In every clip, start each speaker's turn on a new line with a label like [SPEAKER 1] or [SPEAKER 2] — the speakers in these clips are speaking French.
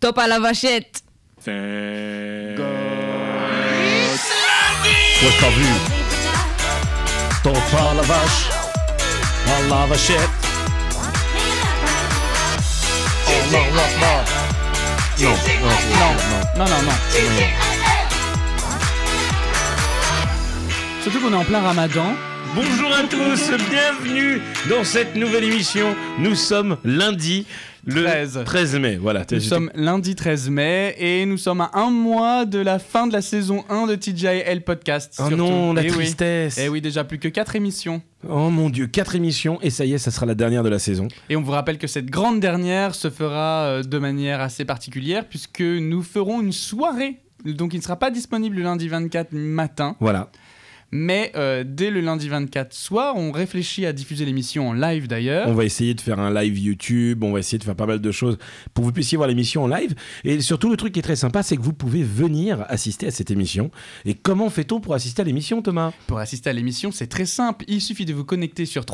[SPEAKER 1] Top à la vachette.
[SPEAKER 2] Moi, je t'en vu. Ton par la vache. Par la vachette. Oh, non, non, non. Non, non, non,
[SPEAKER 3] Non, non, non. Surtout qu'on est en plein ramadan.
[SPEAKER 2] Bonjour à tous, bienvenue dans cette nouvelle émission. Nous sommes lundi, le
[SPEAKER 3] 13.
[SPEAKER 2] 13 mai. Voilà, t'as-
[SPEAKER 3] Nous
[SPEAKER 2] j'étais-
[SPEAKER 3] sommes lundi 13 mai et nous sommes à un mois de la fin de la saison 1 de TJL Podcast.
[SPEAKER 2] Oh
[SPEAKER 3] surtout.
[SPEAKER 2] non, la
[SPEAKER 3] Eh oui.
[SPEAKER 2] tristesse.
[SPEAKER 3] Eh oui, déjà plus que 4 émissions.
[SPEAKER 2] Oh mon dieu, quatre émissions et ça y est, ça sera la dernière de la saison.
[SPEAKER 3] Et on vous rappelle que cette grande dernière se fera euh, de manière assez particulière puisque nous ferons une soirée. Donc il ne sera pas disponible le lundi 24 matin,
[SPEAKER 2] Voilà.
[SPEAKER 3] mais euh, dès le lundi 24 soir, on réfléchit à diffuser l'émission en live d'ailleurs.
[SPEAKER 2] On va essayer de faire un live YouTube, on va essayer de faire pas mal de choses pour que vous puissiez voir l'émission en live. Et surtout, le truc qui est très sympa, c'est que vous pouvez venir assister à cette émission. Et comment fait-on pour assister à l'émission, Thomas
[SPEAKER 3] Pour assister à l'émission, c'est très simple. Il suffit de vous connecter sur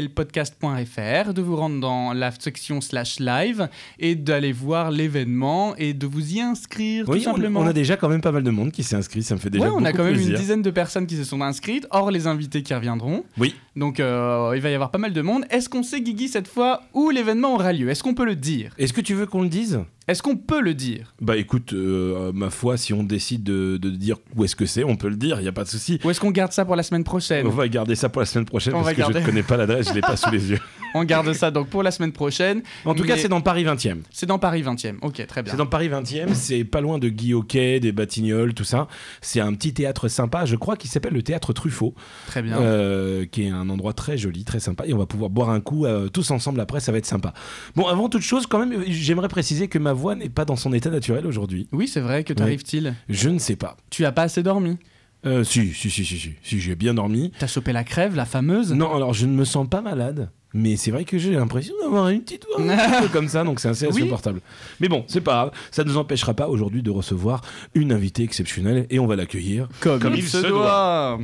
[SPEAKER 3] www.tgalpodcast.fr, de vous rendre dans la section slash live et d'aller voir l'événement et de vous y inscrire
[SPEAKER 2] Oui,
[SPEAKER 3] tout
[SPEAKER 2] on-
[SPEAKER 3] simplement.
[SPEAKER 2] On, a déjà quand même pas mal de monde qui s'est inscrit, ça me fait déjà
[SPEAKER 3] Ouais, on a
[SPEAKER 2] beaucoup
[SPEAKER 3] quand même
[SPEAKER 2] plaisir.
[SPEAKER 3] une dizaine de personnes qui se sont inscrites, hors les invités qui reviendront.
[SPEAKER 2] Oui.
[SPEAKER 3] Donc euh, il va y avoir pas mal de monde. Est-ce qu'on sait, Guigui, cette fois où l'événement aura lieu Est-ce qu'on peut le dire
[SPEAKER 2] Est-ce que tu veux qu'on le dise
[SPEAKER 3] Est-ce qu'on peut le dire
[SPEAKER 2] Bah écoute, euh, ma foi, si on décide de, de dire où est-ce que c'est, on peut le dire, il n'y a pas de souci.
[SPEAKER 3] Ou est-ce qu'on garde ça pour la semaine prochaine
[SPEAKER 2] On va garder ça pour la semaine prochaine
[SPEAKER 3] On
[SPEAKER 2] parce
[SPEAKER 3] va
[SPEAKER 2] que je
[SPEAKER 3] garder.
[SPEAKER 2] ne connais pas l'adresse, je l'ai pas sous les yeux.
[SPEAKER 3] On garde ça donc pour la semaine prochaine.
[SPEAKER 2] En tout
[SPEAKER 3] Mais-
[SPEAKER 2] cas, c'est dans Paris 20e.
[SPEAKER 3] C'est dans Paris 20e. Ok, très bien.
[SPEAKER 2] C'est dans Paris 20e, c'est pas loin de Guilloquet, des Batignolles, tout ça. C'est un petit théâtre sympa, je crois, qui s'appelle le Théâtre Truffaut,
[SPEAKER 3] Très bien.
[SPEAKER 2] euh, qui est un endroit très joli, très sympa. Et on va pouvoir boire un coup euh, tous ensemble après, ça va être sympa. Bon, avant toute chose, quand même, j'aimerais préciser que ma voix n'est pas dans son état naturel aujourd'hui.
[SPEAKER 3] Oui, c'est vrai que t'arrive-t-il
[SPEAKER 2] Je ne sais pas.
[SPEAKER 3] Tu as pas assez dormi
[SPEAKER 2] Euh, si, si, si, si, si, si j'ai bien dormi.
[SPEAKER 3] T'as chopé la crève, la fameuse
[SPEAKER 2] Non, alors je ne me sens pas malade, mais c'est vrai que j'ai l'impression d'avoir une petite voix un petit peu comme ça, donc c'est assez
[SPEAKER 3] Oui.
[SPEAKER 2] insupportable. Mais bon, c'est pas grave, ça ne nous empêchera pas aujourd'hui de recevoir une invitée exceptionnelle et on va l'accueillir.
[SPEAKER 3] comme,
[SPEAKER 2] Comme
[SPEAKER 3] il, se, doit.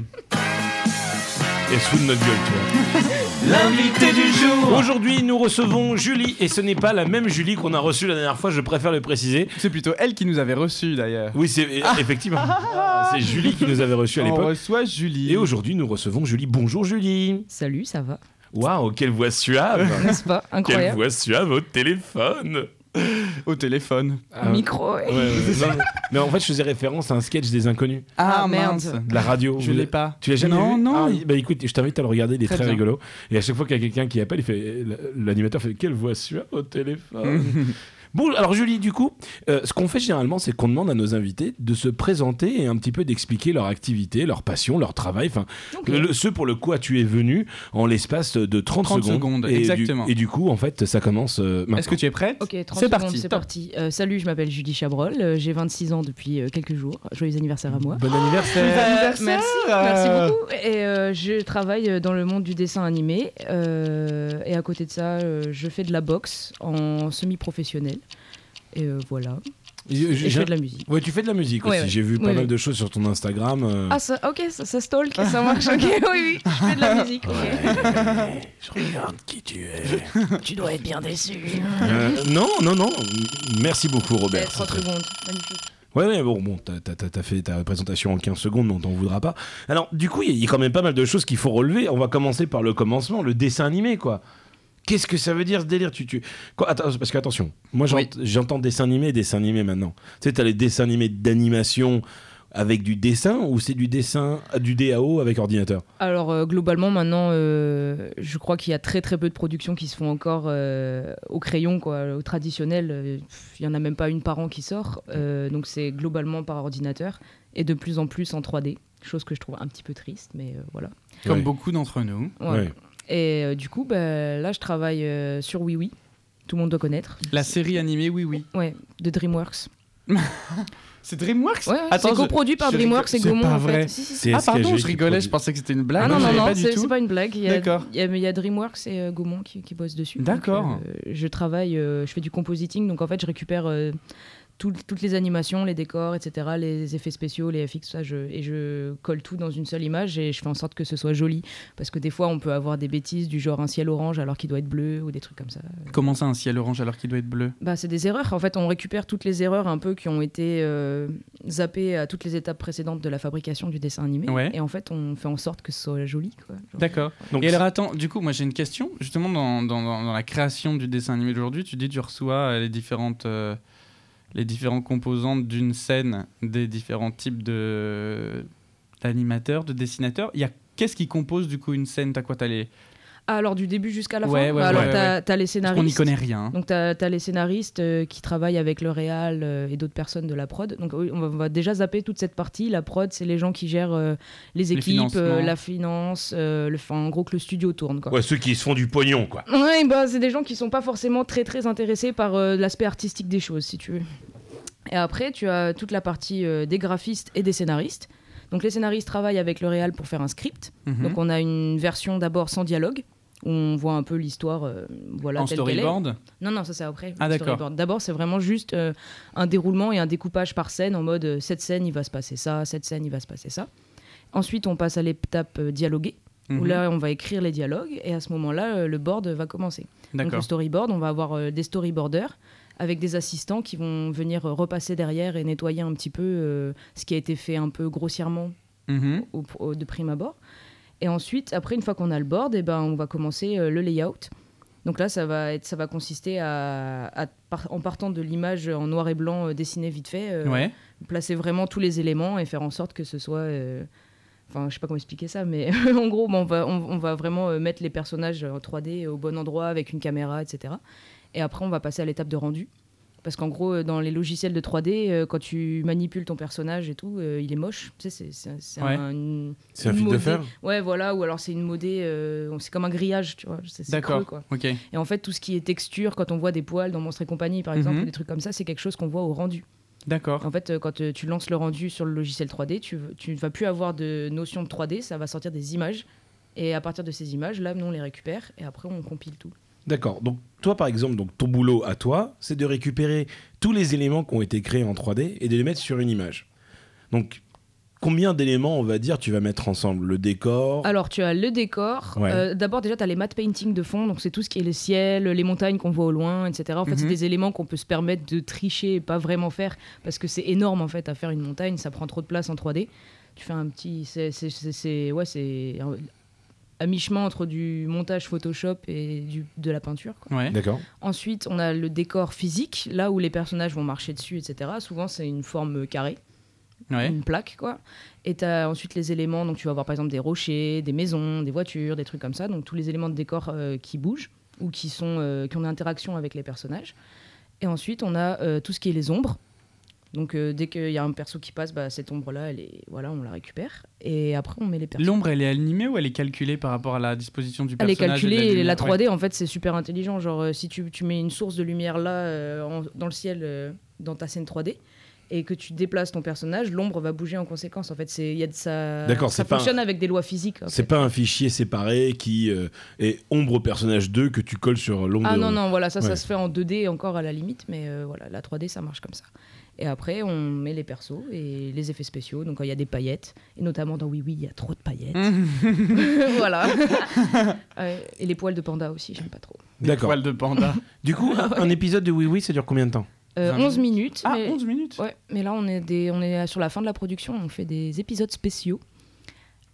[SPEAKER 2] Et sous de notre gueule, tu
[SPEAKER 3] L'invité du
[SPEAKER 2] vois.
[SPEAKER 3] jour
[SPEAKER 2] Aujourd'hui, nous recevons Julie, et ce n'est pas la même Julie qu'on a reçue la dernière fois, je préfère le préciser.
[SPEAKER 3] C'est plutôt elle qui nous avait reçus d'ailleurs.
[SPEAKER 2] Oui, c'est effectivement. C'est Julie qui nous avait reçus à
[SPEAKER 3] Ah. On
[SPEAKER 2] l'époque.
[SPEAKER 3] reçoit Julie.
[SPEAKER 2] Et aujourd'hui, nous recevons Julie. Bonjour Julie.
[SPEAKER 4] Salut, ça va
[SPEAKER 2] Waouh, quelle voix suave.
[SPEAKER 4] N'est-ce pas
[SPEAKER 2] quelle
[SPEAKER 4] Incroyable.
[SPEAKER 2] voix suave au téléphone.
[SPEAKER 3] au téléphone.
[SPEAKER 2] Ah,
[SPEAKER 4] Micro. ouais.
[SPEAKER 2] Ouais, ouais, non, mais- mais en fait, je faisais référence à un sketch des inconnus
[SPEAKER 3] Ah,
[SPEAKER 4] Ah, merde.
[SPEAKER 3] mince.
[SPEAKER 2] de la radio.
[SPEAKER 3] Je
[SPEAKER 2] Vous-
[SPEAKER 3] l'ai pas.
[SPEAKER 2] Tu l'as jamais
[SPEAKER 3] non,
[SPEAKER 2] vu
[SPEAKER 3] Non,
[SPEAKER 2] Ah, il- bah écoute, je t'invite à le regarder, il est très,
[SPEAKER 3] Très bien.
[SPEAKER 2] rigolo. Et à chaque fois qu'il y a quelqu'un qui appelle, il fait euh, l'animateur fait quelle voix suave au téléphone. Bon, alors Julie, du coup, euh, ce qu'on fait généralement, c'est qu'on demande à nos invités de se présenter et un petit peu d'expliquer leur activité, leur passion, leur travail, enfin,
[SPEAKER 4] Ok.
[SPEAKER 2] le- ce pour le quoi tu es venu en l'espace de 30,
[SPEAKER 3] 30 secondes,
[SPEAKER 2] et,
[SPEAKER 3] exactement.
[SPEAKER 2] Du, et du coup, en fait, ça commence euh, maintenant.
[SPEAKER 3] Est-ce que tu es prête
[SPEAKER 4] Ok, 30
[SPEAKER 3] C'est
[SPEAKER 4] secondes,
[SPEAKER 3] parti.
[SPEAKER 4] c'est parti. Euh, salut, je m'appelle Julie Chabrol, euh, j'ai 26 ans depuis euh, quelques jours. Joyeux anniversaire à moi.
[SPEAKER 2] Bon anniversaire
[SPEAKER 4] Euh,
[SPEAKER 3] anniversaire
[SPEAKER 4] merci, merci beaucoup. Et euh, je travaille euh, dans le monde du dessin animé. euh, et à côté de ça, euh, je fais de la boxe en semi-professionnel. Et euh, voilà.
[SPEAKER 2] Je-
[SPEAKER 4] Et
[SPEAKER 2] je-
[SPEAKER 4] je fais de la musique.
[SPEAKER 2] Ouais, tu fais de la musique
[SPEAKER 4] Ouais,
[SPEAKER 2] aussi.
[SPEAKER 4] ouais.
[SPEAKER 2] J'ai vu pas
[SPEAKER 4] Oui,
[SPEAKER 2] mal
[SPEAKER 4] oui.
[SPEAKER 2] de choses sur ton Instagram. euh.
[SPEAKER 4] Ah, ça, ok, ça, ça stalk, ça marche, ok, oui, oui, je fais de la musique, ok.
[SPEAKER 2] Ouais, je regarde qui tu es.
[SPEAKER 4] tu dois être bien déçu.
[SPEAKER 2] Euh, non, non, non. Merci beaucoup, Robert.
[SPEAKER 4] 3 secondes, magnifique.
[SPEAKER 2] Ouais, ouais, bon, bon t'as- t'as t'as fait ta présentation en 15 secondes, on t'en voudra pas. Alors, du coup, il y a- il y a quand même pas mal de choses qu'il faut relever. On va commencer par le commencement, le dessin animé, quoi. Qu'est-ce que ça veut dire ce délire tu, tu... Quoi, attends, Parce que attention, moi j'ent-
[SPEAKER 3] Oui.
[SPEAKER 2] j'entends dessin animé et dessin animé maintenant. Tu sais, t'as les dessins animés d'animation avec du dessin ou c'est du dessin, du DAO avec ordinateur
[SPEAKER 4] Alors euh, globalement maintenant, euh, je crois qu'il y a très très peu de productions qui se font encore euh, au crayon, quoi, au traditionnel. euh, pff, Il y en a même pas une par an qui sort, euh, donc c'est globalement par ordinateur et de plus en plus en 3D. Chose que je trouve un petit peu triste, mais euh, voilà.
[SPEAKER 3] Comme
[SPEAKER 2] Ouais.
[SPEAKER 3] beaucoup d'entre nous.
[SPEAKER 4] Ouais.
[SPEAKER 2] Ouais.
[SPEAKER 4] Et euh, du coup, bah, là, je travaille euh, sur Oui Oui. Tout le monde doit connaître.
[SPEAKER 3] La série animée, oui, oui.
[SPEAKER 4] Ouais, de DreamWorks.
[SPEAKER 3] C'est DreamWorks
[SPEAKER 4] Ouais, ouais,
[SPEAKER 3] Attends,
[SPEAKER 4] c'est
[SPEAKER 3] je-
[SPEAKER 4] coproduit par
[SPEAKER 3] je-
[SPEAKER 4] DreamWorks et
[SPEAKER 3] c'est
[SPEAKER 4] Gaumont.
[SPEAKER 3] pas
[SPEAKER 4] en
[SPEAKER 3] vrai.
[SPEAKER 4] Fait. Si, si, si.
[SPEAKER 2] C'est
[SPEAKER 3] Ah, pardon,
[SPEAKER 2] SKG
[SPEAKER 3] je
[SPEAKER 2] qui
[SPEAKER 3] rigolais,
[SPEAKER 2] produit.
[SPEAKER 3] je pensais que c'était une blague.
[SPEAKER 4] Ah non,
[SPEAKER 3] je
[SPEAKER 4] non,
[SPEAKER 3] savais
[SPEAKER 4] non,
[SPEAKER 3] pas du
[SPEAKER 4] c'est
[SPEAKER 3] tout.
[SPEAKER 4] c'est pas une blague. Il y a-
[SPEAKER 3] D'accord.
[SPEAKER 4] il y a- mais il y a DreamWorks et euh, Gaumont qui, qui bossent dessus.
[SPEAKER 3] D'accord.
[SPEAKER 4] Donc, euh, je travaille, euh, je fais du compositing, donc en fait, je récupère euh, tout- toutes les animations, les décors, etc., les effets spéciaux, les FX, ça, je, et je colle tout dans une seule image et je fais en sorte que ce soit joli. Parce que des fois, on peut avoir des bêtises du genre un ciel orange alors qu'il doit être bleu ou des trucs comme ça.
[SPEAKER 3] Comment ça, un ciel orange alors qu'il doit être bleu
[SPEAKER 4] Bah, c'est des erreurs. En fait, on récupère toutes les erreurs un peu qui ont été euh, zappées à toutes les étapes précédentes de la fabrication du dessin animé.
[SPEAKER 3] Ouais.
[SPEAKER 4] Et en fait, on fait en sorte que ce soit joli. Quoi. Genre-
[SPEAKER 3] D'accord.
[SPEAKER 2] Donc,
[SPEAKER 3] Et alors attends, du coup, moi j'ai une question. Justement, dans, dans- dans- dans la création du dessin animé d'aujourd'hui, tu dis tu reçois euh, les différentes euh, les différents composantes d'une scène, des différents types de d'animateurs, de dessinateurs. Il y a qu'est-ce qui compose du coup une scène T'as quoi T'as les
[SPEAKER 4] Ah, alors du début jusqu'à la
[SPEAKER 3] Ouais,
[SPEAKER 4] fin
[SPEAKER 3] ouais,
[SPEAKER 4] Bah, Alors,
[SPEAKER 3] ouais,
[SPEAKER 4] t'as t'as les
[SPEAKER 3] Parce
[SPEAKER 4] scénaristes.
[SPEAKER 3] qu'on n'y connaît rien. hein.
[SPEAKER 4] Donc, tu as, les scénaristes euh, qui travaillent avec le réal euh, et d'autres personnes de la prod. Donc, oui, on va, on va déjà zapper toute cette partie. La prod, c'est les gens qui gèrent euh, les équipes, euh,
[SPEAKER 3] financements.
[SPEAKER 4] la finance, euh, le, enfin, en gros, que le studio tourne. Quoi.
[SPEAKER 2] ouais, ceux qui se font du pognon, quoi.
[SPEAKER 4] Ouais, bah, c'est des gens qui sont pas forcément très très intéressés par euh, l'aspect artistique des choses, si tu veux. Et après, tu as toute la partie euh, des graphistes et des scénaristes. Donc les scénaristes travaillent avec le réal pour faire un script.
[SPEAKER 3] Mhm.
[SPEAKER 4] Donc on a une version d'abord sans dialogue. où On voit un peu l'histoire, euh, voilà.
[SPEAKER 3] en
[SPEAKER 4] telle qu'elle est.
[SPEAKER 3] storyboard.
[SPEAKER 4] Non, non, ça c'est après.
[SPEAKER 3] Ah,
[SPEAKER 4] le
[SPEAKER 3] d'accord.
[SPEAKER 4] storyboard. D'abord, c'est vraiment juste euh, un déroulement et un découpage par scène en mode euh, cette scène, il va se passer ça, cette scène, il va se passer ça. Ensuite, on passe à l'étape euh, dialoguée, où
[SPEAKER 3] Mhm.
[SPEAKER 4] là, on va écrire les dialogues et à ce moment-là, euh, le board va commencer. Donc, le
[SPEAKER 3] D'accord.
[SPEAKER 4] storyboard, on va avoir euh, des storyboarders avec des assistants qui vont venir euh, repasser derrière et nettoyer un petit peu euh, ce qui a été fait un peu grossièrement
[SPEAKER 3] Mhm.
[SPEAKER 4] au- au- de prime abord. Et ensuite, après, une fois qu'on a le board, et ben, on va commencer euh, le layout. Donc là, ça va, être, ça va consister à, à par- en partant de l'image en noir et blanc euh, dessinée vite fait, euh,
[SPEAKER 3] Ouais.
[SPEAKER 4] placer vraiment tous les éléments et faire en sorte que ce soit... euh, Enfin, je sais pas comment expliquer ça, mais en gros, bon, on, va, on, on va vraiment euh, mettre les personnages en 3D au bon endroit avec une caméra, etc. Et après, on va passer à l'étape de rendu. Parce qu'en gros, euh, dans les logiciels de 3D, euh, quand tu manipules ton personnage et tout, euh, il est moche. Tu sais, c'est- c'est c'est
[SPEAKER 3] Ouais.
[SPEAKER 4] un- une-
[SPEAKER 2] C'est un
[SPEAKER 4] une
[SPEAKER 2] fil de
[SPEAKER 4] modée.
[SPEAKER 2] fer
[SPEAKER 4] Ouais, voilà, ou alors c'est une modée, euh, c'est comme un grillage, tu vois. c'est- c'est creux,
[SPEAKER 3] D'accord.
[SPEAKER 4] quoi.
[SPEAKER 3] Ok.
[SPEAKER 4] Et en fait, tout ce qui est texture, quand on voit des poils dans Monstres et compagnie, par
[SPEAKER 3] Mhm.
[SPEAKER 4] exemple, ou des trucs comme ça, c'est quelque chose qu'on voit au rendu.
[SPEAKER 3] D'accord.
[SPEAKER 4] En fait, euh, quand euh, tu lances le rendu sur le logiciel 3D, tu, v- tu ne vas plus avoir de notion de 3D, ça va sortir des images. Et à partir de ces images, là, nous, on les récupère et après, on compile tout.
[SPEAKER 2] D'accord. Donc, toi, par exemple, donc, ton boulot à toi, c'est de récupérer tous les éléments qui ont été créés en 3D et de les mettre sur une image. Donc, combien d'éléments, on va dire, tu vas mettre ensemble Le décor
[SPEAKER 4] Alors, tu as le décor.
[SPEAKER 2] Ouais.
[SPEAKER 4] Euh, D'abord, déjà, tu as les matte painting de fond. Donc, c'est tout ce qui est les ciels, les montagnes qu'on voit au loin, etc. En fait, c'est
[SPEAKER 3] Mhm.
[SPEAKER 4] des éléments qu'on peut se permettre de tricher et pas vraiment faire parce que c'est énorme, en fait, à faire une montagne. Ça prend trop de place en 3D. Tu fais un petit. c'est- c'est- c'est- C'est. Ouais, c'est. un- À mi-chemin entre du montage Photoshop et du, de la peinture. quoi.
[SPEAKER 3] Ouais.
[SPEAKER 2] D'accord.
[SPEAKER 4] Ensuite, on a le décor physique, là où les personnages vont marcher dessus, etc. Souvent, c'est une forme carrée
[SPEAKER 3] Ouais.
[SPEAKER 4] une plaque quoi. Et tu as ensuite les éléments, donc tu vas avoir par exemple des rochers, des maisons, des voitures, des trucs comme ça, donc tous les éléments de décor euh, qui bougent ou qui, sont, euh, qui ont une interaction avec les personnages. Et ensuite on a euh, tout ce qui est les ombres. Donc euh, dès qu'il y a un perso qui passe, bah, cette ombre-là, elle est... voilà, on la récupère. Et après on met les personnages.
[SPEAKER 3] L'ombre, elle est animée ou elle est calculée par rapport à la disposition du
[SPEAKER 4] Elle est
[SPEAKER 3] personnage
[SPEAKER 4] calculée
[SPEAKER 3] et de
[SPEAKER 4] et
[SPEAKER 3] lumière
[SPEAKER 4] la
[SPEAKER 3] Ouais.
[SPEAKER 4] 3D en fait c'est super intelligent. Genre euh, si tu, tu mets une source de lumière là euh, en- dans le ciel euh, dans ta scène 3D et que tu déplaces ton personnage, l'ombre va bouger en conséquence. En fait c'est il y a de ça.
[SPEAKER 2] D'accord,
[SPEAKER 4] ça
[SPEAKER 2] c'est pas un-
[SPEAKER 4] fonctionne avec des lois physiques. en
[SPEAKER 2] C'est
[SPEAKER 4] fait.
[SPEAKER 2] pas un fichier séparé qui euh, est ombre au personnage 2 que tu colles sur l'ombre.
[SPEAKER 4] Ah
[SPEAKER 2] de-
[SPEAKER 4] non non voilà ça
[SPEAKER 2] Ouais.
[SPEAKER 4] ça se fait en 2D encore à la limite mais euh, voilà la 3D ça marche comme ça. Et après on met les persos et les effets spéciaux donc euh, il y a des paillettes et notamment dans Oui Oui il y a trop de paillettes voilà Euh, et les poils de panda aussi j'aime pas trop.
[SPEAKER 2] D'accord.
[SPEAKER 3] Poil de panda.
[SPEAKER 2] Du coup,
[SPEAKER 4] Ah,
[SPEAKER 2] un, un épisode de Oui Oui, ça dure combien de temps
[SPEAKER 4] Euh,
[SPEAKER 3] 20
[SPEAKER 4] 11 minutes.
[SPEAKER 3] Ah,
[SPEAKER 4] mais-
[SPEAKER 3] 11 minutes.
[SPEAKER 4] Ouais, mais là on est, des, on est sur la fin de la production, on fait des épisodes spéciaux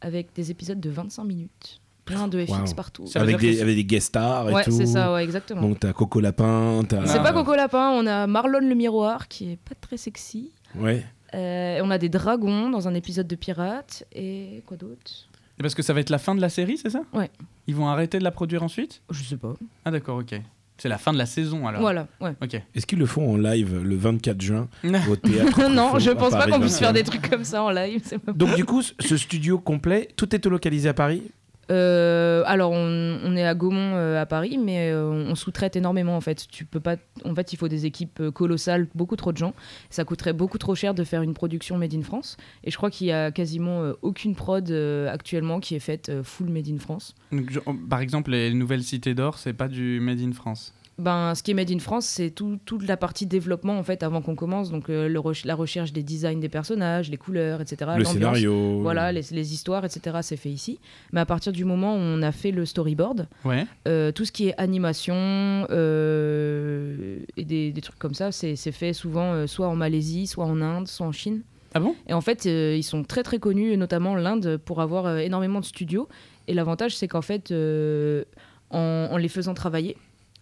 [SPEAKER 4] avec des épisodes de 25 minutes. Plein de FX
[SPEAKER 2] Waouh.
[SPEAKER 4] partout.
[SPEAKER 3] Ça veut
[SPEAKER 2] avec
[SPEAKER 3] dire que
[SPEAKER 2] des,
[SPEAKER 3] c'est-
[SPEAKER 2] avec des guest stars et
[SPEAKER 4] ouais,
[SPEAKER 2] tout.
[SPEAKER 4] c'est ça, ouais, exactement.
[SPEAKER 2] Donc, euh, t'as Coco Lapin, t'as.
[SPEAKER 4] C'est pas Coco Lapin, on a Marlon le miroir qui est pas très sexy.
[SPEAKER 2] Ouais.
[SPEAKER 4] Euh, et on a des dragons dans un épisode de Pirates et quoi d'autre
[SPEAKER 3] C'est parce que ça va être la fin de la série, c'est ça
[SPEAKER 4] Ouais.
[SPEAKER 3] Ils vont arrêter de la produire ensuite
[SPEAKER 4] Je sais pas.
[SPEAKER 3] Ah d'accord, ok. C'est la fin de la saison alors.
[SPEAKER 4] Voilà, ouais.
[SPEAKER 3] Ok.
[SPEAKER 2] Est-ce qu'ils le font en live le 24 juin au théâtre
[SPEAKER 4] non,
[SPEAKER 2] Truffaut,
[SPEAKER 4] je
[SPEAKER 2] à
[SPEAKER 4] pense pas
[SPEAKER 2] Paris
[SPEAKER 4] qu'on puisse faire
[SPEAKER 2] 21?
[SPEAKER 4] des trucs comme ça en live. c'est pas-
[SPEAKER 2] Donc du coup, ce- ce studio complet, tout est localisé à Paris.
[SPEAKER 4] Euh, alors, on, on est à Gaumont euh, à Paris, mais euh, on sous-traite énormément en fait. Tu peux pas. En fait, il faut des équipes euh, colossales, beaucoup trop de gens. Ça coûterait beaucoup trop cher de faire une production made in France. Et je crois qu'il y a quasiment euh, aucune prod euh, actuellement qui est faite euh, full made in France.
[SPEAKER 3] oh, Donc, je- on- par exemple, les nouvelles cités d'or, c'est pas du Made in France.
[SPEAKER 4] ben, ce qui est Made in France, c'est tout- toute la partie développement en fait avant qu'on commence. Donc euh, le reche- la recherche des designs des personnages, les couleurs, etc.
[SPEAKER 2] le
[SPEAKER 4] l'ambiance.
[SPEAKER 2] scénario.
[SPEAKER 4] Voilà, les, les histoires, etc. C'est fait ici. Mais à partir du moment où on a fait le storyboard,
[SPEAKER 3] Ouais.
[SPEAKER 4] euh, tout ce qui est animation euh, et des, des trucs comme ça, c'est c'est fait souvent euh, soit en Malaisie, soit en Inde, soit en Chine.
[SPEAKER 3] Ah bon
[SPEAKER 4] Et en fait, euh, ils sont très très connus, notamment l'Inde, pour avoir euh, énormément de studios. Et l'avantage, c'est qu'en fait, euh, en, en les faisant travailler,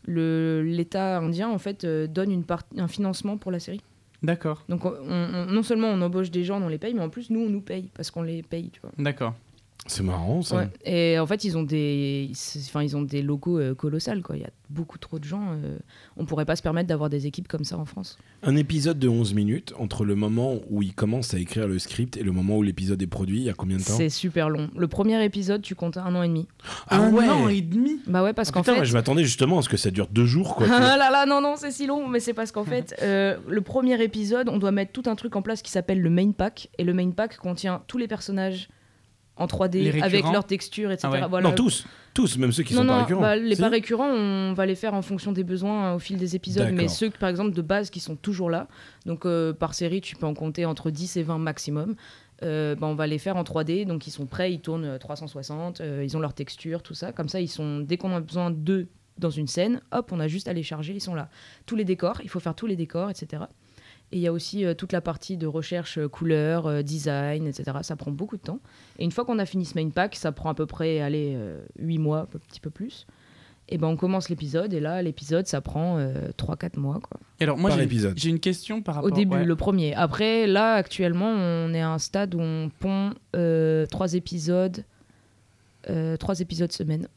[SPEAKER 4] le- l'État indien en fait euh, donne une part- un financement pour la série.
[SPEAKER 3] D'accord.
[SPEAKER 4] Donc, on- on- non seulement on embauche des gens, on les paye, mais en plus nous on nous paye parce qu'on les paye, tu vois.
[SPEAKER 3] D'accord.
[SPEAKER 2] C'est marrant ça.
[SPEAKER 4] Ouais. Et en fait, ils ont des, c'est- enfin, ils ont des locaux euh, colossales. Quoi. Il y a beaucoup trop de gens. euh, on pourrait pas se permettre d'avoir des équipes comme ça en France.
[SPEAKER 2] Un épisode de 11 minutes, entre le moment où il commence à écrire le script et le moment où l'épisode est produit, il y a combien de temps
[SPEAKER 4] C'est super long. Le premier épisode, tu comptes un an et demi.
[SPEAKER 2] Ah ouais
[SPEAKER 3] Un an et demi
[SPEAKER 4] Bah ouais, parce
[SPEAKER 2] Ah
[SPEAKER 4] qu'en
[SPEAKER 2] putain,
[SPEAKER 4] fait.
[SPEAKER 2] ouais, je m'attendais justement à ce que ça dure deux jours quoi. tu vois.
[SPEAKER 4] ah là là, non, non, c'est si long, mais c'est parce qu'en fait, euh, le premier épisode, on doit mettre tout un truc en place qui s'appelle le main pack. Et le main pack contient tous les personnages en 3D,
[SPEAKER 3] Les récurrents
[SPEAKER 4] avec leur texture, etc.
[SPEAKER 3] Ah ouais.
[SPEAKER 4] Voilà.
[SPEAKER 2] Non, tous, tous, même ceux qui
[SPEAKER 4] non,
[SPEAKER 2] sont pas
[SPEAKER 4] non,
[SPEAKER 2] récurrents.
[SPEAKER 4] bah, les
[SPEAKER 2] Si
[SPEAKER 4] pas récurrents, on va les faire en fonction des besoins hein, au fil des épisodes, mais
[SPEAKER 2] D'accord.
[SPEAKER 4] ceux, par exemple, de base qui sont toujours là, donc euh, par série, tu peux en compter entre 10 et 20 maximum, Euh, bah, on va les faire en 3D, donc ils sont prêts, ils tournent euh, 360, euh, ils ont leur texture, tout ça, comme ça, ils sont, dès qu'on a besoin d'eux dans une scène, hop, on a juste à les charger, ils sont là. Tous les décors, il faut faire tous les décors, etc. Et il y a aussi euh, toute la partie de recherche euh, couleur, euh, design, etc. Ça prend beaucoup de temps. Et une fois qu'on a fini ce main pack, ça prend à peu près allez, 8 mois, un petit peu plus. Et ben on commence l'épisode, et là, l'épisode, ça prend 3-4 mois. Quoi.
[SPEAKER 3] Et Alors moi
[SPEAKER 2] Par
[SPEAKER 3] j'ai
[SPEAKER 2] épisode.
[SPEAKER 3] j'ai une question
[SPEAKER 2] Ah
[SPEAKER 3] par rapport
[SPEAKER 4] Au début,
[SPEAKER 3] ouais.
[SPEAKER 4] le premier. Après, là, actuellement, on est à un stade où on pond 3 épisodes, 3 épisodes semaine.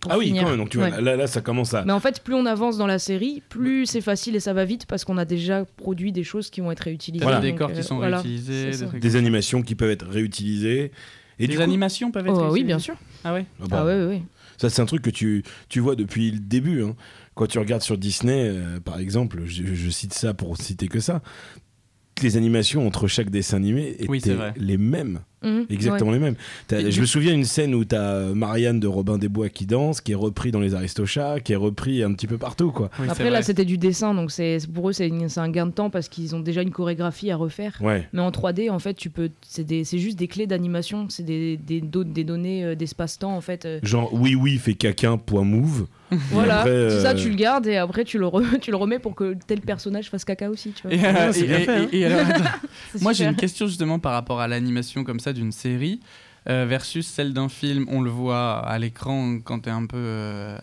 [SPEAKER 4] pour
[SPEAKER 2] Ah oui,
[SPEAKER 4] finir.
[SPEAKER 2] quand même, donc tu vois,
[SPEAKER 4] Ouais.
[SPEAKER 2] là, là, ça commence à.
[SPEAKER 4] Mais en fait, plus on avance dans la série, plus c'est facile et ça va vite parce qu'on a déjà produit des choses qui vont être réutilisées.
[SPEAKER 3] T'as des
[SPEAKER 4] Donc,
[SPEAKER 3] décors
[SPEAKER 4] euh,
[SPEAKER 3] qui sont
[SPEAKER 4] voilà,
[SPEAKER 3] réutilisés,
[SPEAKER 4] c'est
[SPEAKER 3] des
[SPEAKER 4] ça.
[SPEAKER 3] trucs.
[SPEAKER 2] Des animations qui peuvent être réutilisées. Et
[SPEAKER 3] Des
[SPEAKER 2] du coup-
[SPEAKER 3] animations peuvent être
[SPEAKER 4] Oh, oui,
[SPEAKER 3] utilisées
[SPEAKER 4] bien sûr.
[SPEAKER 3] Ah ouais.
[SPEAKER 2] Ah bah,
[SPEAKER 4] Ah ouais, ouais, ouais.
[SPEAKER 2] Ça, c'est un truc que tu, tu vois depuis le début. hein. Quand tu regardes sur Disney, euh, par exemple, je, je cite ça pour citer que ça, les animations entre chaque dessin animé étaient
[SPEAKER 3] Oui, c'est vrai.
[SPEAKER 2] les mêmes,
[SPEAKER 4] Mhm,
[SPEAKER 2] exactement les mêmes. T'as- je
[SPEAKER 3] Et du-
[SPEAKER 2] me souviens d'une scène où tu as Marianne de Robin des Bois qui danse, qui est repris dans les Aristochats, qui est repris un petit peu partout. quoi.
[SPEAKER 3] Oui, c'est
[SPEAKER 4] Après, là,
[SPEAKER 3] vrai.
[SPEAKER 4] c'était du dessin, donc c'est pour eux, c'est une- c'est un gain de temps parce qu'ils ont déjà une chorégraphie à refaire.
[SPEAKER 2] Ouais.
[SPEAKER 4] Mais en 3D, en fait, tu peux, c'est des- c'est juste des clés d'animation, c'est des, des, do- des données euh, d'espace-temps, en fait. euh.
[SPEAKER 2] Genre, oui, oui, fait caquin, point move. Et
[SPEAKER 4] Voilà,
[SPEAKER 2] après, euh,
[SPEAKER 4] tout ça, tu le gardes et après, tu le, re- tu le remets pour que tel personnage fasse caca aussi, tu vois.
[SPEAKER 3] Et, euh,
[SPEAKER 2] c'est
[SPEAKER 3] et-
[SPEAKER 2] bien
[SPEAKER 3] et-
[SPEAKER 2] fait, hein.
[SPEAKER 3] et- et alors, attends,
[SPEAKER 4] C'est
[SPEAKER 3] Moi, j'ai
[SPEAKER 4] super.
[SPEAKER 3] une question justement par rapport à l'animation comme ça d'une série euh, versus celle d'un film. On le voit à l'écran quand t'es un peu. euh,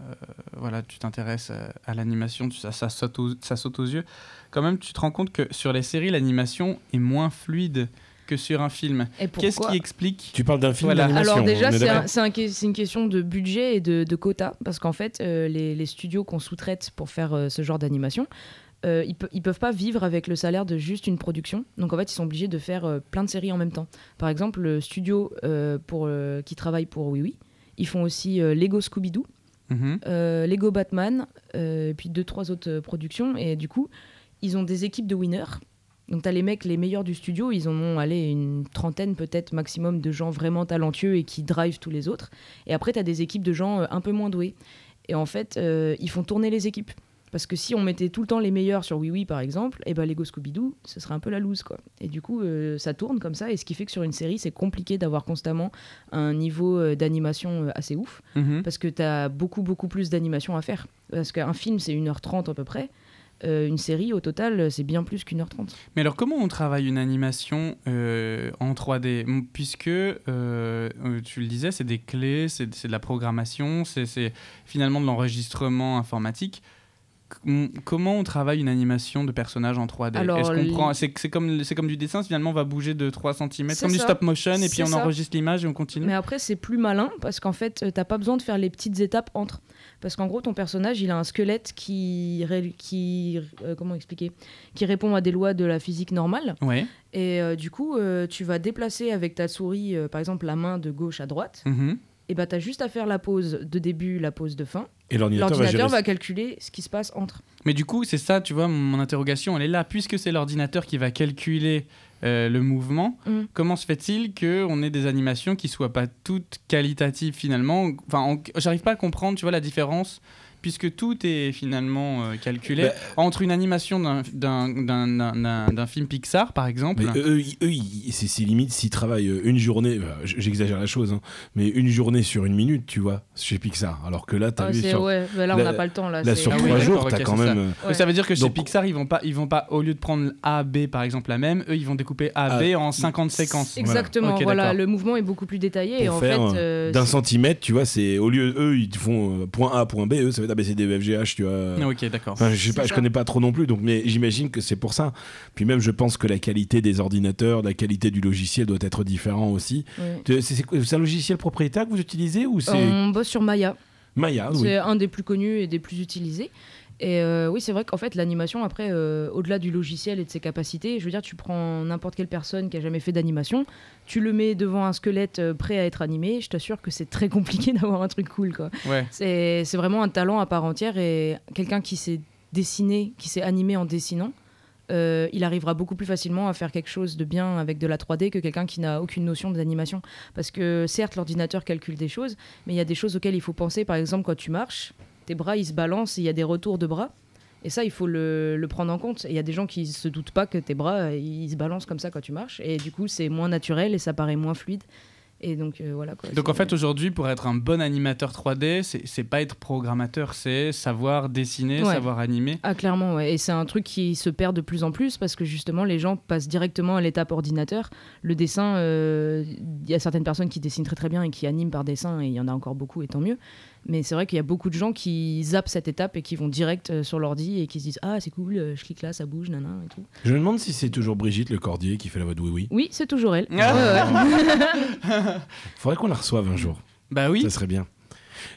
[SPEAKER 3] euh, voilà, tu t'intéresses euh, à l'animation, tu- ça, ça, saute aux, ça saute aux yeux. Quand même, tu te rends compte que sur les séries, l'animation est moins fluide que sur un film.
[SPEAKER 4] Et
[SPEAKER 3] Qu'est-ce
[SPEAKER 4] pourquoi
[SPEAKER 3] qui explique
[SPEAKER 2] Tu parles d'un film
[SPEAKER 3] Voilà.
[SPEAKER 2] d'animation.
[SPEAKER 4] Alors
[SPEAKER 2] on
[SPEAKER 4] déjà,
[SPEAKER 2] est
[SPEAKER 4] c'est
[SPEAKER 2] d'accord
[SPEAKER 4] un- c'est un que- c'est une question de budget et de, de quota, parce qu'en fait, euh, les, les studios qu'on sous-traite pour faire euh, ce genre d'animation, euh, ils, pe- ils peuvent pas vivre avec le salaire de juste une production. Donc en fait, ils sont obligés de faire euh, plein de séries en même temps. Par exemple, le studio euh, pour, euh, qui travaille pour Oui Oui, ils font aussi euh, Lego Scooby-Doo,
[SPEAKER 3] Mhm.
[SPEAKER 4] euh, Lego Batman, euh, et puis deux, trois autres euh, productions. Et du coup, ils ont des équipes de winners. Donc, t'as les mecs les meilleurs du studio, ils en ont allé une trentaine peut-être maximum de gens vraiment talentueux et qui drivent tous les autres. Et après, t'as des équipes de gens euh, un peu moins doués. Et en fait, euh, ils font tourner les équipes. Parce que si on mettait tout le temps les meilleurs sur Oui Oui par exemple, et ben Lego Scooby-Doo, ce serait un peu la loose quoi. Et du coup, euh, ça tourne comme ça, et ce qui fait que sur une série, c'est compliqué d'avoir constamment un niveau euh, d'animation euh, assez ouf
[SPEAKER 3] Mhm.
[SPEAKER 4] parce que tu as beaucoup, beaucoup plus d'animation à faire. Parce qu'un film, c'est 1h30 à peu près. Euh, une série, au total, euh, c'est bien plus qu'une heure trente.
[SPEAKER 3] Mais alors, comment on travaille une animation euh, en 3D M- Puisque, euh, euh, tu le disais, c'est des clés, c'est c'est de la programmation, c'est- c'est finalement de l'enregistrement informatique. Com- Comment on travaille une animation de personnage en 3D
[SPEAKER 4] Alors,
[SPEAKER 3] Est-ce qu'on
[SPEAKER 4] les-
[SPEAKER 3] prend c'est c'est comme c'est comme du dessin finalement on va bouger de 3 cm
[SPEAKER 4] C'est
[SPEAKER 3] comme du
[SPEAKER 4] ça.
[SPEAKER 3] stop motion et puis
[SPEAKER 4] C'est
[SPEAKER 3] on
[SPEAKER 4] ça.
[SPEAKER 3] enregistre l'image et on continue.
[SPEAKER 4] Mais après, c'est plus malin parce qu'en fait, euh, t'as pas besoin de faire les petites étapes entre. Parce qu'en gros, ton personnage, il a un squelette qui, ré- qui euh, comment expliquer, qui répond à des lois de la physique normale.
[SPEAKER 3] Ouais.
[SPEAKER 4] Et euh, du coup, euh, tu vas déplacer avec ta souris, euh, par exemple, la main de gauche à droite.
[SPEAKER 3] Mhm.
[SPEAKER 4] Et bah, t'as juste à faire la pause de début, la pause de fin.
[SPEAKER 2] Et l'ordinateur va gérer
[SPEAKER 4] L'ordinateur va calculer ce qui se passe entre.
[SPEAKER 3] Mais du coup, c'est ça, tu vois, mon- mon interrogation, elle est là. Puisque c'est l'ordinateur qui va calculer euh, le mouvement,
[SPEAKER 4] Mm.
[SPEAKER 3] comment se fait-il qu'on ait des animations qui soient pas toutes qualitatives finalement Enfin, on- j'arrive pas à comprendre, tu vois, la différence. puisque tout est finalement euh, calculé
[SPEAKER 2] Bah,
[SPEAKER 3] entre une animation d'un- d'un- d'un d'un- d'un- d'un film Pixar, par exemple.
[SPEAKER 2] Mais eux, ils- eux, ils- c'est c'est limite s'ils travaillent euh, une journée, enfin, j- j'exagère la chose, hein, mais une journée sur une minute, tu vois, chez Pixar. Alors que là, t'as
[SPEAKER 4] Ah,
[SPEAKER 2] vu
[SPEAKER 4] c'est-
[SPEAKER 2] sur,
[SPEAKER 4] ouais, bah là, on
[SPEAKER 2] la-
[SPEAKER 4] n'a pas le temps. Là,
[SPEAKER 2] là,
[SPEAKER 4] c'est-
[SPEAKER 2] sur
[SPEAKER 3] Ah oui,
[SPEAKER 2] trois
[SPEAKER 3] d'accord,
[SPEAKER 2] jours,
[SPEAKER 3] ok,
[SPEAKER 2] t'as quand
[SPEAKER 3] c'est ça.
[SPEAKER 2] même. euh,
[SPEAKER 4] Ouais.
[SPEAKER 3] Ça veut dire que chez
[SPEAKER 2] Donc-
[SPEAKER 3] Pixar, ils vont pas, ils vont pas au lieu de prendre A B par exemple la même, eux ils vont découper A
[SPEAKER 2] Ah,
[SPEAKER 3] B en 50 séquences.
[SPEAKER 4] Exactement,
[SPEAKER 3] Ok,
[SPEAKER 4] voilà,
[SPEAKER 3] d'accord.
[SPEAKER 4] le mouvement est beaucoup plus détaillé. et
[SPEAKER 2] Pour
[SPEAKER 4] en
[SPEAKER 2] faire,
[SPEAKER 4] fait, euh,
[SPEAKER 2] d'un
[SPEAKER 4] c'est-
[SPEAKER 2] centimètre, tu vois, c'est au lieu eux ils te font euh, point A, point B, eux ça va être ABCDEFGH, tu vois.
[SPEAKER 3] Ok, d'accord.
[SPEAKER 2] Enfin, je sais
[SPEAKER 4] C'est
[SPEAKER 2] pas, je
[SPEAKER 4] ça.
[SPEAKER 2] connais pas trop non plus, donc mais j'imagine que c'est pour ça. Puis même, je pense que la qualité des ordinateurs, la qualité du logiciel doit être différent aussi.
[SPEAKER 4] ouais.
[SPEAKER 2] Tu- C'est c'est quoi- c'est un logiciel propriétaire que vous utilisez ou c'est
[SPEAKER 4] on bosse sur Maya.
[SPEAKER 2] Maya oui.
[SPEAKER 4] Euh, C'est un des plus connus et des plus utilisés. Et euh, oui, c'est vrai qu'en fait, l'animation, après, euh, au-delà du logiciel et de ses capacités, je veux dire, tu prends n'importe quelle personne qui a jamais fait d'animation, tu le mets devant un squelette euh, prêt à être animé, je t'assure que c'est très compliqué d'avoir un truc cool, quoi.
[SPEAKER 3] Ouais.
[SPEAKER 4] C'est c'est vraiment un talent à part entière et quelqu'un qui s'est dessiné, qui s'est animé en dessinant, euh, il arrivera beaucoup plus facilement à faire quelque chose de bien avec de la 3D que quelqu'un qui n'a aucune notion d'animation. Parce que certes, l'ordinateur calcule des choses, mais il y a des choses auxquelles il faut penser. Par exemple, quand tu marches, tes bras, ils se balancent, et il y a des retours de bras. Et ça, il faut le, le prendre en compte. Et il y a des gens qui ne se doutent pas que tes bras, euh, ils se balancent comme ça quand tu marches. Et du coup, c'est moins naturel et ça paraît moins fluide. Et donc, euh, voilà. quoi.
[SPEAKER 3] Donc en
[SPEAKER 4] C'est-
[SPEAKER 3] fait aujourd'hui pour être un bon animateur 3D, c'est c'est pas être programmateur, c'est savoir dessiner,
[SPEAKER 4] Ouais.
[SPEAKER 3] savoir animer.
[SPEAKER 4] Ah clairement, ouais. et c'est un truc qui se perd de plus en plus parce que justement les gens passent directement à l'étape ordinateur. Le dessin, euh, il y a certaines personnes qui dessinent très très bien et qui animent par dessin et il y en a encore beaucoup et tant mieux. Mais c'est vrai qu'il y a beaucoup de gens qui zappent cette étape et qui vont direct euh, sur l'ordi et qui se disent ah c'est cool, euh, je clique là, ça bouge, nanan et tout.
[SPEAKER 2] Je me demande si c'est toujours Brigitte le Cordier qui fait la voix de Oui Oui.
[SPEAKER 4] Oui, c'est toujours elle.
[SPEAKER 3] Ah.
[SPEAKER 4] Ouais, ouais.
[SPEAKER 2] Faudrait qu'on la reçoive un jour.
[SPEAKER 3] Bah oui.
[SPEAKER 2] Ça serait bien.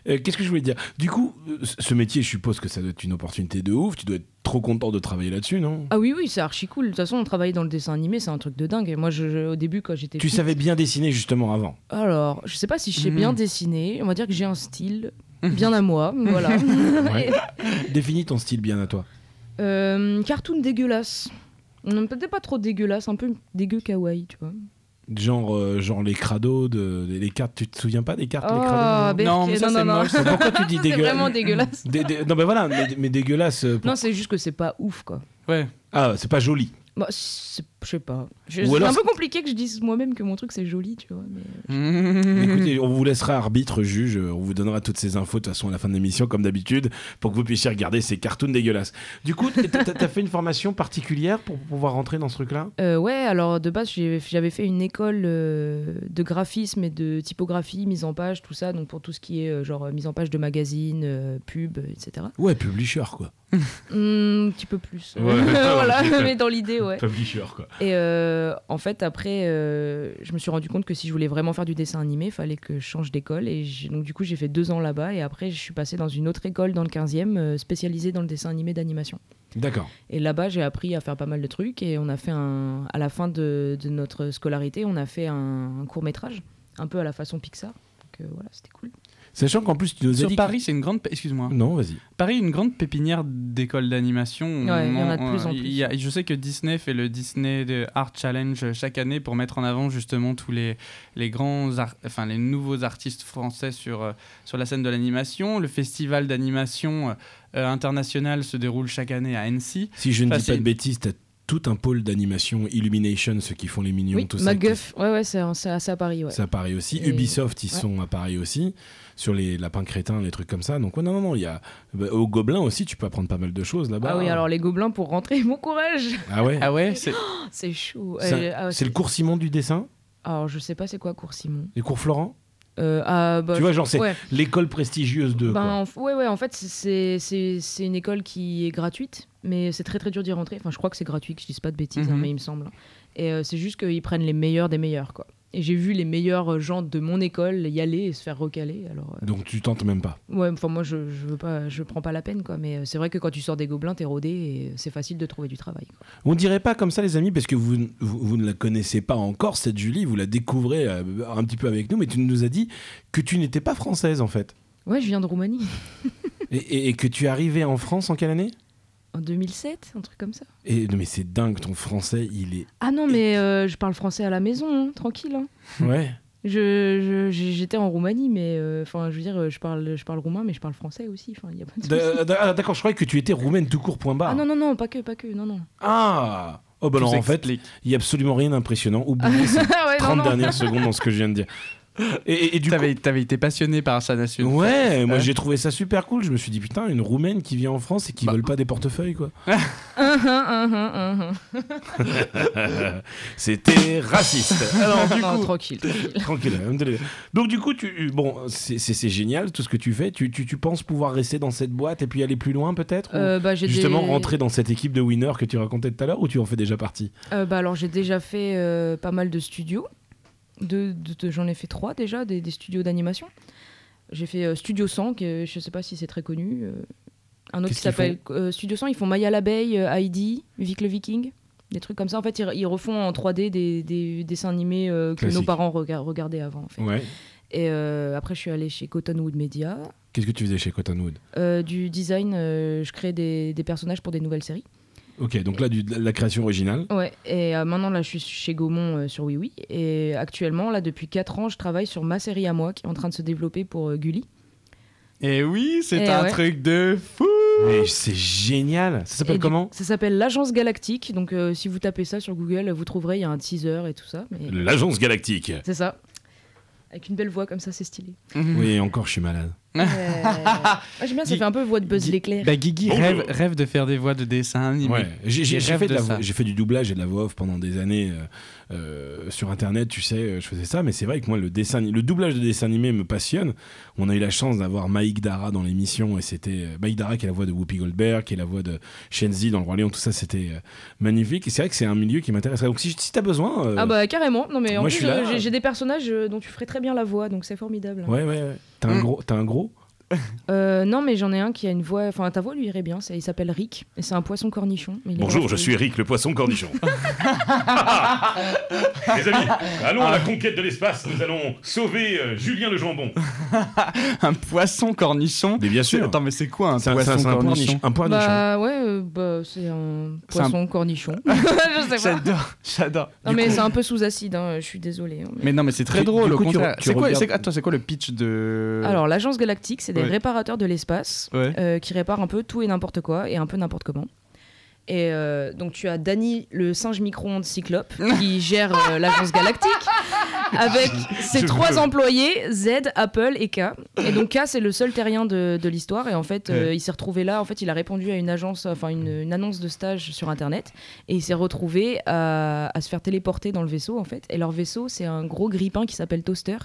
[SPEAKER 2] Euh, Qu'est-ce que je voulais dire Du coup, euh, c- ce métier, je suppose que ça doit être une opportunité de ouf. Tu dois être trop content de travailler là-dessus, non
[SPEAKER 4] ah oui oui, c'est archi cool. De toute façon, on travaillait dans le dessin animé, c'est un truc de dingue. Et moi, je- je- au début quand j'étais
[SPEAKER 2] Tu
[SPEAKER 4] petite-
[SPEAKER 2] savais bien dessiner justement avant.
[SPEAKER 4] Alors, je sais pas si je sais
[SPEAKER 3] Mhm.
[SPEAKER 4] bien dessiner. On va dire que j'ai un style bien à moi, voilà.
[SPEAKER 2] Ouais. Définis ton style bien à toi.
[SPEAKER 4] Euh, cartoon dégueulasse. Non, Peut-être pas trop dégueulasse, un peu dégueu kawaii, tu vois.
[SPEAKER 2] Genre, euh, genre les crados, de, les, les cartes. Tu te souviens pas des cartes, les
[SPEAKER 4] Ah,
[SPEAKER 2] crados
[SPEAKER 4] Berk-
[SPEAKER 3] Non, mais ça, c'est moche.
[SPEAKER 2] Mais Pourquoi tu dis
[SPEAKER 4] C'est
[SPEAKER 2] dégueulasse
[SPEAKER 4] vraiment dégueulasse.
[SPEAKER 2] Des- des- Non, mais voilà, mais, mais dégueulasse. euh, pour-
[SPEAKER 4] Non, c'est juste que c'est pas ouf, quoi.
[SPEAKER 3] Ouais.
[SPEAKER 2] Ah, c'est pas joli.
[SPEAKER 4] Bah, c'est- je sais pas. Je-
[SPEAKER 2] Ou
[SPEAKER 4] C'est
[SPEAKER 2] alors-
[SPEAKER 4] un peu compliqué que je dise moi-même que mon truc c'est joli, tu vois. mais- Mhm.
[SPEAKER 2] Écoutez, on vous laissera arbitre, juge, euh, on vous donnera toutes ces infos de toute façon à la fin de l'émission, comme d'habitude, pour que vous puissiez regarder ces cartoons dégueulasses. Du coup, t- t'as t'as fait une formation particulière pour pouvoir rentrer dans ce truc-là
[SPEAKER 4] Euh, ouais, alors de base, j'ai- j'avais fait une école euh, de graphisme et de typographie, mise en page, tout ça, donc pour tout ce qui est euh, genre euh, mise en page de magazines, euh, pub, etc.
[SPEAKER 2] Ouais, publisher, quoi.
[SPEAKER 4] Hmm, un petit peu plus.
[SPEAKER 2] Ouais.
[SPEAKER 4] voilà, mais dans l'idée, ouais.
[SPEAKER 2] Publisher, quoi.
[SPEAKER 4] Et euh, en fait, après, euh, je me suis rendu compte que si je voulais vraiment faire du dessin animé, il fallait que je change d'école. Et j'ai- donc, du coup, j'ai fait deux ans là-bas. Et après, je suis passée dans une autre école dans le 15e, euh, spécialisée dans le dessin animé d'animation.
[SPEAKER 2] D'accord.
[SPEAKER 4] Et là-bas, j'ai appris à faire pas mal de trucs. Et on a fait un. À la fin de, de notre scolarité, on a fait un, court-métrage, un peu à la façon Pixar. Donc, euh, voilà, c'était cool.
[SPEAKER 2] Sachant qu'en plus, tu nous as
[SPEAKER 3] Sur
[SPEAKER 2] dit. que-
[SPEAKER 3] Paris, c'est une grande. pé- Excuse-moi.
[SPEAKER 2] Non, vas-y.
[SPEAKER 3] Paris, une grande pépinière d'écoles d'animation.
[SPEAKER 4] Ouais, il y en a de plus en plus.
[SPEAKER 3] il y a- je sais que Disney fait le Disney de Art Challenge chaque année pour mettre en avant justement tous les, les grands, ar- enfin les nouveaux artistes français sur, euh, sur la scène de l'animation. Le festival d'animation euh, international se déroule chaque année à Annecy.
[SPEAKER 2] Si je ne dis
[SPEAKER 3] Facile.
[SPEAKER 2] pas de bêtises, t'as tout un pôle d'animation, Illumination, ceux qui font les mignons,
[SPEAKER 4] Oui,
[SPEAKER 2] tout ça. qui-
[SPEAKER 4] MacGuff. Ouais, ouais, c'est c'est à c'est à Paris, ouais.
[SPEAKER 2] Ça apparaît aussi.
[SPEAKER 4] Et-
[SPEAKER 2] Ubisoft, ils
[SPEAKER 4] ouais.
[SPEAKER 2] sont à Paris aussi. Sur les lapins crétins, les trucs comme ça. Donc, ouais, non, non, non. Il y a... bah, au Gobelin aussi, tu peux apprendre pas mal de choses là-bas.
[SPEAKER 4] Ah oui, alors les gobelins pour rentrer, bon courage!
[SPEAKER 2] Ah ouais
[SPEAKER 3] Ah ouais, c'est
[SPEAKER 4] C'est chaud.
[SPEAKER 2] C'est
[SPEAKER 4] Euh, ah,
[SPEAKER 2] C'est le cours Simon du dessin
[SPEAKER 4] Alors, je sais pas c'est quoi cours Simon.
[SPEAKER 2] Les cours Florent
[SPEAKER 4] Euh, ah, bah,
[SPEAKER 2] Tu vois, genre, c'est
[SPEAKER 4] ouais.
[SPEAKER 2] l'école prestigieuse de.
[SPEAKER 4] Ben,
[SPEAKER 2] quoi.
[SPEAKER 4] en f- ouais, ouais, en fait, c'est- c'est- c'est c'est une école qui est gratuite, mais c'est très très dur d'y rentrer. Enfin, je crois que c'est gratuit, que je dise pas de bêtises, hein,
[SPEAKER 3] Mhm.
[SPEAKER 4] mais il me semble. Et euh, c'est juste qu'ils prennent les meilleurs des meilleurs, quoi. Et j'ai vu les meilleurs euh, gens de mon école y aller et se faire recaler. Alors, euh,
[SPEAKER 2] Donc, tu tentes même pas.
[SPEAKER 4] ouais, enfin, moi, je, je veux pas, je prends pas la peine, quoi. Mais euh, c'est vrai que quand tu sors des gobelins, t'es rodé et euh, c'est facile de trouver du travail. quoi.
[SPEAKER 2] On dirait pas comme ça, les amis, parce que vous, vous, vous ne la connaissez pas encore, cette Julie. Vous la découvrez euh, un petit peu avec nous, mais tu nous as dit que tu n'étais pas française, en fait.
[SPEAKER 4] Ouais, je viens de Roumanie
[SPEAKER 2] Et, et- et que tu es arrivée en France en quelle année
[SPEAKER 4] en 2007, un truc comme ça.
[SPEAKER 2] et, Mais c'est dingue, ton français, il est.
[SPEAKER 4] Ah non, mais euh, je parle français à la maison, hein, tranquille. hein.
[SPEAKER 2] Ouais.
[SPEAKER 4] Je, je- j'ai- j'étais en Roumanie, mais euh, enfin, je veux dire, je parle, je parle roumain, mais je parle français aussi. Enfin, il y a pas de souci.
[SPEAKER 2] D- d- ah, D'accord, je croyais que tu étais roumaine tout court, point barre.
[SPEAKER 4] Ah non, non, non, pas que, pas que, non, non.
[SPEAKER 2] Ah Oh, bah
[SPEAKER 3] Tout
[SPEAKER 2] alors en fait,
[SPEAKER 3] s'explique.
[SPEAKER 2] il n'y a absolument rien d'impressionnant. Oubliez ces
[SPEAKER 4] ouais,
[SPEAKER 2] 30 dernières secondes dans ce que je viens de dire. Et, et- et du coup.
[SPEAKER 3] T'avais t'avais été passionné par sa nation.
[SPEAKER 2] hein. Ouais, moi
[SPEAKER 3] Ouais.
[SPEAKER 2] j'ai trouvé ça super cool. Je me suis dit, putain, une roumaine qui vit en France et qui
[SPEAKER 3] Bah.
[SPEAKER 2] veulent pas des portefeuilles, quoi.
[SPEAKER 4] Hum, hum, hum, hum, hum.
[SPEAKER 2] C'était raciste. Alors, du
[SPEAKER 4] Non,
[SPEAKER 2] coup,
[SPEAKER 4] tranquille, tranquille.
[SPEAKER 2] Tranquille, alhamdoulilah. Donc du coup, tu, bon, c'est- c'est c'est génial tout ce que tu fais. Tu, tu, tu penses pouvoir rester dans cette boîte et puis aller plus loin peut-être ou
[SPEAKER 4] Euh, bah, j'ai
[SPEAKER 2] Justement,
[SPEAKER 4] des-
[SPEAKER 2] rentrer dans cette équipe de winners que tu racontais tout à l'heure ou tu en fais déjà partie
[SPEAKER 4] Euh, bah, alors j'ai déjà fait euh, pas mal de studios. De, de- de- J'en ai fait trois déjà, des, des studios d'animation. J'ai fait euh, Studio 100, que je sais pas si c'est très connu. euh, un autre
[SPEAKER 2] Qu'est-ce
[SPEAKER 4] qui s'appelle euh, Studio 100, ils font Maya l'abeille, euh, Heidi, Vic le Viking, des trucs comme ça. En fait, ils, ils refont en 3D des, des dessins animés euh, que nos
[SPEAKER 2] Classique.
[SPEAKER 4] parents rega- regardaient avant. en fait.
[SPEAKER 2] Ouais.
[SPEAKER 4] Et euh, après, je suis allée chez Cottonwood Media.
[SPEAKER 2] Qu'est-ce que tu faisais chez Cottonwood
[SPEAKER 4] Euh, du design, euh, je crée des, des personnages pour des nouvelles séries.
[SPEAKER 2] Ok, donc là, du, de la création originale.
[SPEAKER 4] Ouais, et euh, maintenant là je suis chez Gaumont euh, sur Oui Oui. Et actuellement, là depuis 4 ans, je travaille sur ma série à moi qui est en train de se développer pour euh, Gulli.
[SPEAKER 3] Et oui, c'est
[SPEAKER 4] Eh
[SPEAKER 3] un
[SPEAKER 4] ouais.
[SPEAKER 3] truc de fou.
[SPEAKER 2] Mais c'est génial. Ça
[SPEAKER 4] Et
[SPEAKER 2] s'appelle
[SPEAKER 4] du-
[SPEAKER 2] comment
[SPEAKER 4] Ça s'appelle L'Agence Galactique. Donc euh, si vous tapez ça sur Google, vous trouverez, il y a un teaser et tout ça. mais-
[SPEAKER 2] L'agence galactique.
[SPEAKER 4] C'est ça. Avec une belle voix comme ça, c'est stylé.
[SPEAKER 2] Oui, encore, je suis malade.
[SPEAKER 4] Euh, ouais, J'aime bien, ça
[SPEAKER 3] Dis-
[SPEAKER 4] fait un peu voix de Buzz
[SPEAKER 3] Dis-
[SPEAKER 4] l'éclair.
[SPEAKER 2] ben,
[SPEAKER 3] Bah, Guigui
[SPEAKER 2] Bonjour.
[SPEAKER 3] rêve, rêve de faire des voix de dessin animé.
[SPEAKER 2] Ouais, j'ai j'ai-
[SPEAKER 3] Il
[SPEAKER 2] j'ai
[SPEAKER 3] rêve
[SPEAKER 2] fait, de
[SPEAKER 3] de
[SPEAKER 2] la
[SPEAKER 3] ça.
[SPEAKER 2] vo- j'ai fait du doublage et de la voix off pendant des années euh, euh, sur internet, tu sais, euh, je faisais ça, mais c'est vrai que moi le dessin, le doublage de dessin animé me passionne. On a eu la chance d'avoir Maïk Dara dans l'émission et c'était euh, Maïk Dara qui est la voix de Whoopi Goldberg, qui est la voix de Shenzi dans le Roi Lion, tout ça, c'était euh, magnifique. Et c'est vrai que c'est un milieu qui m'intéresse. Donc si, si t'as besoin, euh,
[SPEAKER 4] Ah bah carrément, non mais en
[SPEAKER 2] moi, je
[SPEAKER 4] plus
[SPEAKER 2] suis là.
[SPEAKER 4] euh, j'ai- j'ai des personnages euh, dont tu ferais très bien la voix, donc c'est formidable.
[SPEAKER 2] ouais, ouais, ouais. T'as un
[SPEAKER 3] Mm.
[SPEAKER 2] gros, t'as un gros.
[SPEAKER 4] Euh, non mais j'en ai un qui a une voix, enfin ta voix lui irait bien, c'est- il s'appelle Rick, et c'est un poisson cornichon. mais il est vraiment joli.
[SPEAKER 2] Eric le poisson cornichon.
[SPEAKER 1] Les amis, allons
[SPEAKER 2] Ah.
[SPEAKER 1] à la conquête de l'espace. Nous allons sauver euh, Julien le jambon.
[SPEAKER 3] Un poisson cornichon.
[SPEAKER 2] Mais bien sûr.
[SPEAKER 3] Attends, mais c'est quoi un
[SPEAKER 2] C'est un, c'est un-
[SPEAKER 3] poisson
[SPEAKER 2] c'est un poirnichon.
[SPEAKER 3] cornichon
[SPEAKER 2] Un poirnichon.
[SPEAKER 4] Bah ouais, euh, bah, c'est un
[SPEAKER 3] C'est un-
[SPEAKER 4] poisson cornichon. je sais pas.
[SPEAKER 3] J'adore, j'adore.
[SPEAKER 4] Non
[SPEAKER 3] Du
[SPEAKER 4] mais
[SPEAKER 3] coup-
[SPEAKER 4] c'est un peu sous acide, hein, je suis désolée. hein, mais-
[SPEAKER 3] Mais non, mais c'est très
[SPEAKER 2] Du-
[SPEAKER 3] drôle.
[SPEAKER 2] du
[SPEAKER 3] au
[SPEAKER 2] coup, tu-
[SPEAKER 3] contraire.
[SPEAKER 2] tu
[SPEAKER 3] C'est quoi,
[SPEAKER 2] regardes-
[SPEAKER 3] c'est- attends, c'est quoi le pitch de
[SPEAKER 4] Alors l'agence galactique, c'est des
[SPEAKER 3] euh, ouais.
[SPEAKER 4] réparateurs de l'espace
[SPEAKER 3] Ouais.
[SPEAKER 4] euh, qui réparent un peu tout et n'importe quoi et un peu n'importe comment. Et euh, donc tu as Danny, le singe micro-ondes cyclope, qui gère euh, l'agence galactique avec ses
[SPEAKER 2] je
[SPEAKER 4] trois
[SPEAKER 2] veux.
[SPEAKER 4] employés, Z, Apple et K. Et donc K, c'est le seul terrien de, de l'histoire. Et en fait, euh, il s'est retrouvé là. En fait, il a répondu à une agence, enfin une, une annonce de stage sur Internet. Et il s'est retrouvé à, à se faire téléporter dans le vaisseau, en fait. Et leur vaisseau, c'est un gros grippin qui s'appelle Toaster,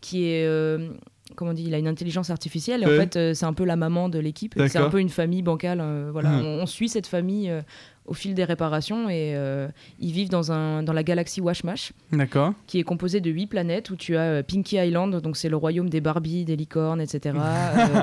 [SPEAKER 4] qui est... euh, Comment on dit, il a une intelligence artificielle et
[SPEAKER 3] Ouais.
[SPEAKER 4] en fait euh, c'est un peu la maman de l'équipe.
[SPEAKER 3] D'accord.
[SPEAKER 4] C'est un peu une famille bancale. euh, voilà,
[SPEAKER 3] Mhm.
[SPEAKER 4] on, on suit cette famille euh, au fil des réparations et euh, ils vivent dans un dans la galaxie Washmash
[SPEAKER 3] D'accord.
[SPEAKER 4] qui est composée de huit planètes où tu as euh, Pinky Island, donc c'est le royaume des Barbies, des licornes, etc. euh,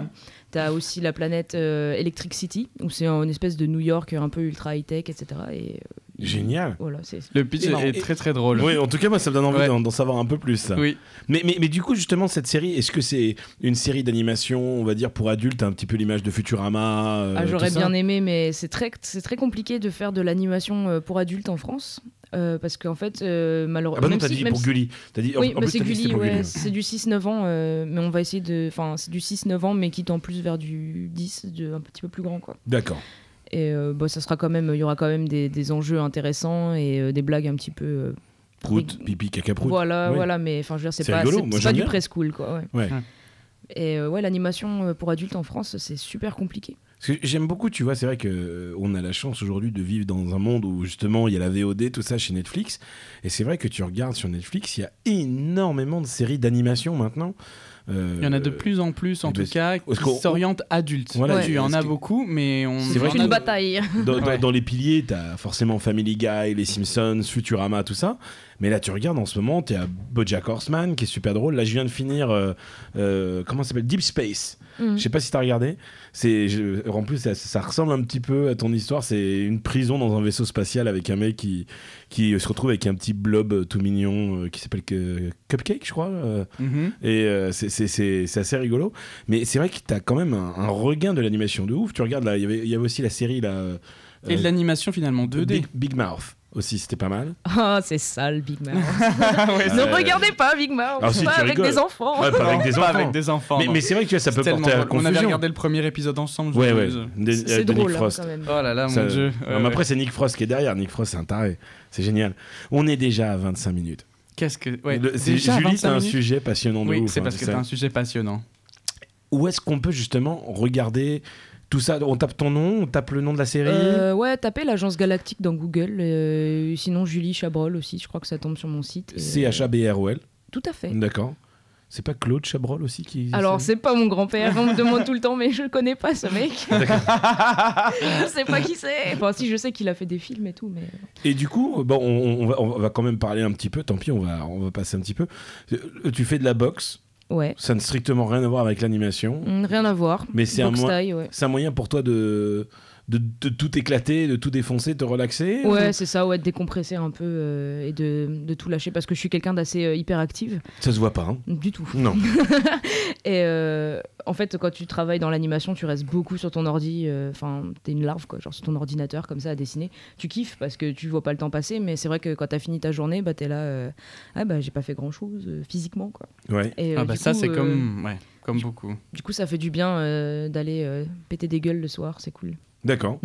[SPEAKER 4] tu as aussi la planète euh, Electric City, où c'est un- une espèce de New York un peu ultra high-tech, etc. Et, euh,
[SPEAKER 2] Génial.
[SPEAKER 4] Voilà, c'est c'est-
[SPEAKER 3] Le pitch
[SPEAKER 2] Et-
[SPEAKER 3] est
[SPEAKER 2] et-
[SPEAKER 3] très très drôle.
[SPEAKER 2] Oui, en tout cas, moi, ça me donne envie
[SPEAKER 3] Oh Ouais.
[SPEAKER 2] d'en d'en savoir un peu plus. ça.
[SPEAKER 3] Oui.
[SPEAKER 2] Mais, mais, mais du coup, justement, cette série, est-ce que c'est une série d'animation, on va dire, pour adultes, un petit peu l'image de Futurama euh,
[SPEAKER 4] Ah, J'aurais
[SPEAKER 2] tout ça
[SPEAKER 4] bien aimé, mais c'est très, c'est très compliqué de faire de l'animation euh, pour adultes en France. euh, parce qu'en fait, euh, malheureusement.
[SPEAKER 2] Ah bah non,
[SPEAKER 4] même
[SPEAKER 2] t'as
[SPEAKER 4] si-
[SPEAKER 2] dit
[SPEAKER 4] même
[SPEAKER 2] pour
[SPEAKER 4] si-
[SPEAKER 2] Gulli. T'as dit, en-
[SPEAKER 4] Oui,
[SPEAKER 2] en,
[SPEAKER 4] bah
[SPEAKER 2] plus,
[SPEAKER 4] c'est
[SPEAKER 2] t'as dit que c'était
[SPEAKER 4] Gulli,
[SPEAKER 2] pour
[SPEAKER 4] ouais,
[SPEAKER 2] Gulli.
[SPEAKER 4] c'est du 6-9 ans, euh, mais on va essayer de. Enfin, c'est du 6-9 ans, mais qui tend plus vers du 10, de, un petit peu plus grand, quoi.
[SPEAKER 2] D'accord.
[SPEAKER 4] Et euh, bah, ça sera quand même. Il y aura quand même des, des enjeux intéressants et euh, des blagues un petit peu. euh,
[SPEAKER 2] Prout,
[SPEAKER 4] rig-
[SPEAKER 2] pipi, caca, prout.
[SPEAKER 4] Voilà,
[SPEAKER 2] Oui.
[SPEAKER 4] voilà, mais enfin, je veux dire, c'est
[SPEAKER 2] C'est
[SPEAKER 4] pas,
[SPEAKER 2] rigolo,
[SPEAKER 4] c'est-
[SPEAKER 2] moi,
[SPEAKER 4] c'est
[SPEAKER 2] j'aime
[SPEAKER 4] pas du
[SPEAKER 2] bien.
[SPEAKER 4] preschool, quoi. ouais.
[SPEAKER 2] Ouais.
[SPEAKER 3] Ouais.
[SPEAKER 4] Et euh, ouais, l'animation euh, pour adultes en France, c'est super compliqué.
[SPEAKER 2] Parce que j'aime beaucoup, tu vois, c'est vrai que euh, on a la chance aujourd'hui de vivre dans un monde où justement il y a la VOD, tout ça chez Netflix. Et c'est vrai que tu regardes sur Netflix, il y a énormément de séries d'animation maintenant. Euh,
[SPEAKER 3] Il y en a de plus en plus, en
[SPEAKER 2] mais
[SPEAKER 3] tout cas, qui
[SPEAKER 2] est-ce qu'on-
[SPEAKER 3] s'orientent adultes.
[SPEAKER 2] Voilà,
[SPEAKER 3] tu
[SPEAKER 2] est-ce
[SPEAKER 3] en as
[SPEAKER 2] que-
[SPEAKER 3] beaucoup, mais on.
[SPEAKER 2] C'est vrai
[SPEAKER 3] on
[SPEAKER 4] C'est
[SPEAKER 2] qu'il y a-
[SPEAKER 3] en a-
[SPEAKER 4] une bataille.
[SPEAKER 2] dans, dans-
[SPEAKER 3] Ouais.
[SPEAKER 2] dans les piliers, t'as forcément Family Guy, Les Simpsons, Futurama, tout ça. Mais là, tu regardes en ce moment, t'es à Bojack Horseman, qui est super drôle. Là, je viens de finir, euh, euh, comment ça s'appelle Deep Space.
[SPEAKER 4] Mhm.
[SPEAKER 2] Je sais pas si t'as regardé. C'est, je- en plus, ça, ça ressemble un petit peu à ton histoire. C'est une prison dans un vaisseau spatial avec un mec qui, qui se retrouve avec un petit blob euh, tout mignon euh, qui s'appelle euh, Cupcake, je crois. euh,
[SPEAKER 3] Mhm.
[SPEAKER 2] et euh, c'est- c'est c'est- c'est assez rigolo. Mais c'est vrai que t'as quand même un, un regain de l'animation de ouf. Tu regardes là, il y avait- il y avait aussi la série là. euh,
[SPEAKER 3] Et de l'animation finalement 2D.
[SPEAKER 2] Big, Big Mouth. aussi, c'était pas mal.
[SPEAKER 4] Ah, c'est sale, Big Mouth.
[SPEAKER 3] Ouais,
[SPEAKER 4] ne
[SPEAKER 2] Euh,
[SPEAKER 4] regardez pas Big Mouth,
[SPEAKER 2] Ah, si,
[SPEAKER 4] pas
[SPEAKER 2] tu
[SPEAKER 4] avec
[SPEAKER 2] rigoles.
[SPEAKER 4] des enfants.
[SPEAKER 2] Ouais, pas avec
[SPEAKER 3] non,
[SPEAKER 2] des
[SPEAKER 3] pas
[SPEAKER 2] enfants.
[SPEAKER 3] avec des enfants.
[SPEAKER 2] mais,
[SPEAKER 3] non.
[SPEAKER 2] mais c'est vrai que tu vois, ça
[SPEAKER 3] C'est
[SPEAKER 2] peut
[SPEAKER 3] tellement
[SPEAKER 2] porter à
[SPEAKER 3] drôle. On avait
[SPEAKER 2] confusion.
[SPEAKER 3] regardé le premier épisode ensemble. je
[SPEAKER 2] Ouais,
[SPEAKER 3] me
[SPEAKER 2] ouais.
[SPEAKER 3] souviens.
[SPEAKER 2] Des- euh,
[SPEAKER 4] C'est
[SPEAKER 2] de
[SPEAKER 4] drôle,
[SPEAKER 2] Nick
[SPEAKER 4] hein,
[SPEAKER 2] Frost.
[SPEAKER 4] quand même.
[SPEAKER 3] Oh là là, mon
[SPEAKER 2] Ça-
[SPEAKER 3] dieu.
[SPEAKER 2] Non,
[SPEAKER 3] Ouais,
[SPEAKER 2] mais
[SPEAKER 3] ouais.
[SPEAKER 2] après, c'est Nick Frost qui est derrière. Nick Frost, c'est un taré. C'est génial. On est déjà à 25 minutes.
[SPEAKER 3] Qu'est-ce que. Ouais,
[SPEAKER 2] Le- c'est-
[SPEAKER 3] déjà
[SPEAKER 2] Julie,
[SPEAKER 3] 25
[SPEAKER 2] t'as un
[SPEAKER 3] minutes
[SPEAKER 2] sujet passionnant de
[SPEAKER 3] Oui,
[SPEAKER 2] ouf,
[SPEAKER 3] c'est
[SPEAKER 2] hein,
[SPEAKER 3] parce que
[SPEAKER 2] ça.
[SPEAKER 3] c'est un sujet passionnant.
[SPEAKER 2] Où est-ce qu'on peut justement regarder tout ça On tape ton nom, on tape le nom de la série.
[SPEAKER 4] Euh, ouais, tapez l'agence galactique dans Google. euh, sinon, Julie Chabrol aussi, je crois que ça tombe sur mon site. et- euh,
[SPEAKER 2] C-H-A-B-R-O-L.
[SPEAKER 4] Tout à fait.
[SPEAKER 2] D'accord. C'est pas Claude Chabrol aussi qui.
[SPEAKER 4] Alors, c'est pas mon grand-père, on me demande tout le temps, mais je connais pas ce mec. je sais pas qui c'est. Enfin, si, je sais qu'il a fait des films et tout, mais. euh,
[SPEAKER 2] Et du coup, bon, on, on va, on va quand même parler un petit peu. Tant pis, on va, on va passer un petit peu. Euh, Tu fais de la boxe.
[SPEAKER 4] Ouais.
[SPEAKER 2] Ça n'a strictement rien à voir avec l'animation.
[SPEAKER 4] Mm, Rien à voir.
[SPEAKER 2] Mais c'est un
[SPEAKER 4] Box
[SPEAKER 2] mois-
[SPEAKER 4] style, ouais.
[SPEAKER 2] C'est un moyen pour toi de, de, de tout éclater, de tout défoncer, de te relaxer.
[SPEAKER 4] Ouais, c'est ça, ouais, de décompresser un peu euh, et de, de tout lâcher parce que je suis quelqu'un d'assez euh, hyperactive,
[SPEAKER 2] Ça se voit pas. hein.
[SPEAKER 4] du tout.
[SPEAKER 2] Non.
[SPEAKER 4] Et euh, en fait, quand tu travailles dans l'animation, tu restes beaucoup sur ton ordi. euh, Enfin, t'es une larve, quoi, genre sur ton ordinateur, comme ça, à dessiner. Tu kiffes parce que tu vois pas le temps passer, mais c'est vrai que quand t'as fini ta journée, bah t'es là. euh, ah bah j'ai pas fait grand chose physiquement, quoi.
[SPEAKER 2] Ouais.
[SPEAKER 4] Et, euh,
[SPEAKER 3] Ah bah
[SPEAKER 4] du
[SPEAKER 3] ça,
[SPEAKER 4] coup,
[SPEAKER 3] c'est
[SPEAKER 4] euh,
[SPEAKER 3] comme. Ouais, comme
[SPEAKER 4] du-
[SPEAKER 3] beaucoup.
[SPEAKER 4] Du coup, ça fait du bien euh, d'aller euh, péter des gueules le soir, c'est cool.
[SPEAKER 2] D'accord.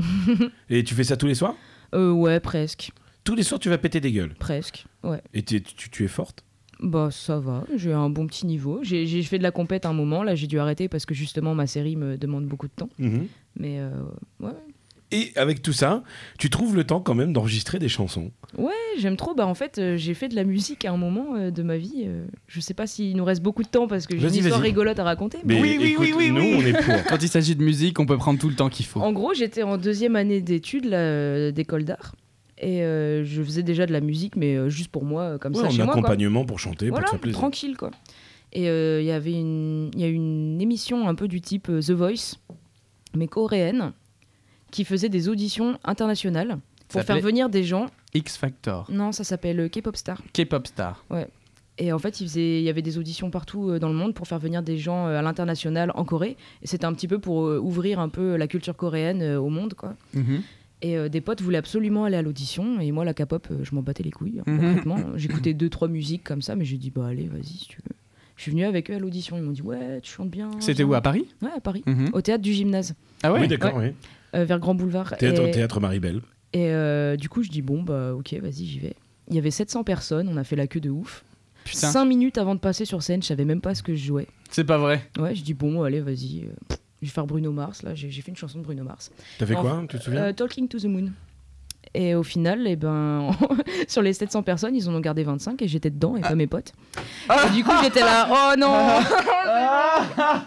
[SPEAKER 2] Et tu fais ça tous les soirs
[SPEAKER 4] Euh, ouais, presque,
[SPEAKER 2] Tous les soirs, tu vas péter des gueules.
[SPEAKER 4] presque, ouais.
[SPEAKER 2] Et t'es- tu, tu es forte
[SPEAKER 4] Bah ça va, j'ai un bon petit niveau. J'ai j'ai fait de la compète à un moment, là j'ai dû arrêter parce que justement ma série me demande beaucoup de temps. Mais euh, ouais,
[SPEAKER 2] Et avec tout ça, tu trouves le temps quand même d'enregistrer des chansons.
[SPEAKER 4] Ouais, j'aime trop. Bah en fait euh, j'ai fait de la musique à un moment euh, de ma vie. Euh, je sais pas s'il nous reste beaucoup de temps parce que j'ai une
[SPEAKER 2] Vas-y,
[SPEAKER 4] histoire
[SPEAKER 2] vas-y.
[SPEAKER 4] rigolote à raconter. mais-
[SPEAKER 2] Mais
[SPEAKER 3] Oui, oui,
[SPEAKER 2] écoute,
[SPEAKER 3] oui, oui,
[SPEAKER 2] nous,
[SPEAKER 3] oui.
[SPEAKER 2] on est pour.
[SPEAKER 3] Quand il s'agit de musique, on peut prendre tout le temps qu'il faut.
[SPEAKER 4] En gros, j'étais en deuxième année d'études là, euh, d'école d'art et euh, je faisais déjà de la musique, mais euh, juste pour moi, euh, comme
[SPEAKER 2] Ouais,
[SPEAKER 4] ça chez
[SPEAKER 2] en
[SPEAKER 4] moi. quoi.
[SPEAKER 2] accompagnement pour chanter,
[SPEAKER 4] Voilà,
[SPEAKER 2] pour te faire plaisir.
[SPEAKER 4] tranquille quoi. Et euh, il y avait une, il y a eu une émission un peu du type euh, The Voice, mais coréenne, qui faisait des auditions internationales pour faire
[SPEAKER 3] Ça s'appelait-
[SPEAKER 4] venir des gens.
[SPEAKER 3] X Factor,
[SPEAKER 4] Non, ça s'appelle euh, K-pop Star.
[SPEAKER 3] K-pop star.
[SPEAKER 4] Et en fait, il, faisait, il y avait des auditions partout euh, dans le monde pour faire venir des gens euh, à l'international en Corée. Et c'était un petit peu pour euh, ouvrir un peu la culture coréenne euh, au monde, quoi.
[SPEAKER 3] Oh,
[SPEAKER 4] Et euh, des potes voulaient absolument aller à l'audition. Et moi, la K-pop, euh, je m'en battais les couilles. hein,
[SPEAKER 3] Mhm.
[SPEAKER 4] concrètement. J'écoutais deux, trois musiques comme ça, mais j'ai dit, bah allez, vas-y, si tu veux. Je suis venu avec eux à l'audition. Ils m'ont dit, ouais, tu chantes bien.
[SPEAKER 3] C'était
[SPEAKER 4] viens.
[SPEAKER 3] où à Paris Mhm.
[SPEAKER 4] Ouais, à Paris. Au théâtre du gymnase,
[SPEAKER 3] Ah ouais.
[SPEAKER 2] Oui, d'accord, oui.
[SPEAKER 4] euh, vers Grand Boulevard.
[SPEAKER 2] Théâtre,
[SPEAKER 4] et
[SPEAKER 2] théâtre Maribel.
[SPEAKER 4] et, euh, du coup, je dis, bon, bah ok, vas-y, j'y vais. Il y avait 700 personnes, on a fait la queue de ouf.
[SPEAKER 3] Putain,
[SPEAKER 4] Cinq minutes avant de passer sur scène, je savais même pas ce que je jouais.
[SPEAKER 3] c'est pas vrai.
[SPEAKER 4] Ouais, je dis, bon, allez, vas-y. euh, je vais faire Bruno Mars, là, j'ai j'ai fait une chanson de Bruno Mars.
[SPEAKER 2] T'as fait
[SPEAKER 4] En-
[SPEAKER 2] quoi Tu te souviens
[SPEAKER 4] Euh, Talking to the Moon. Et au final, eh ben, sur les 700 personnes, ils en ont gardé 25 et j'étais dedans et
[SPEAKER 3] Ah.
[SPEAKER 4] pas mes potes. Et du coup, j'étais là, oh non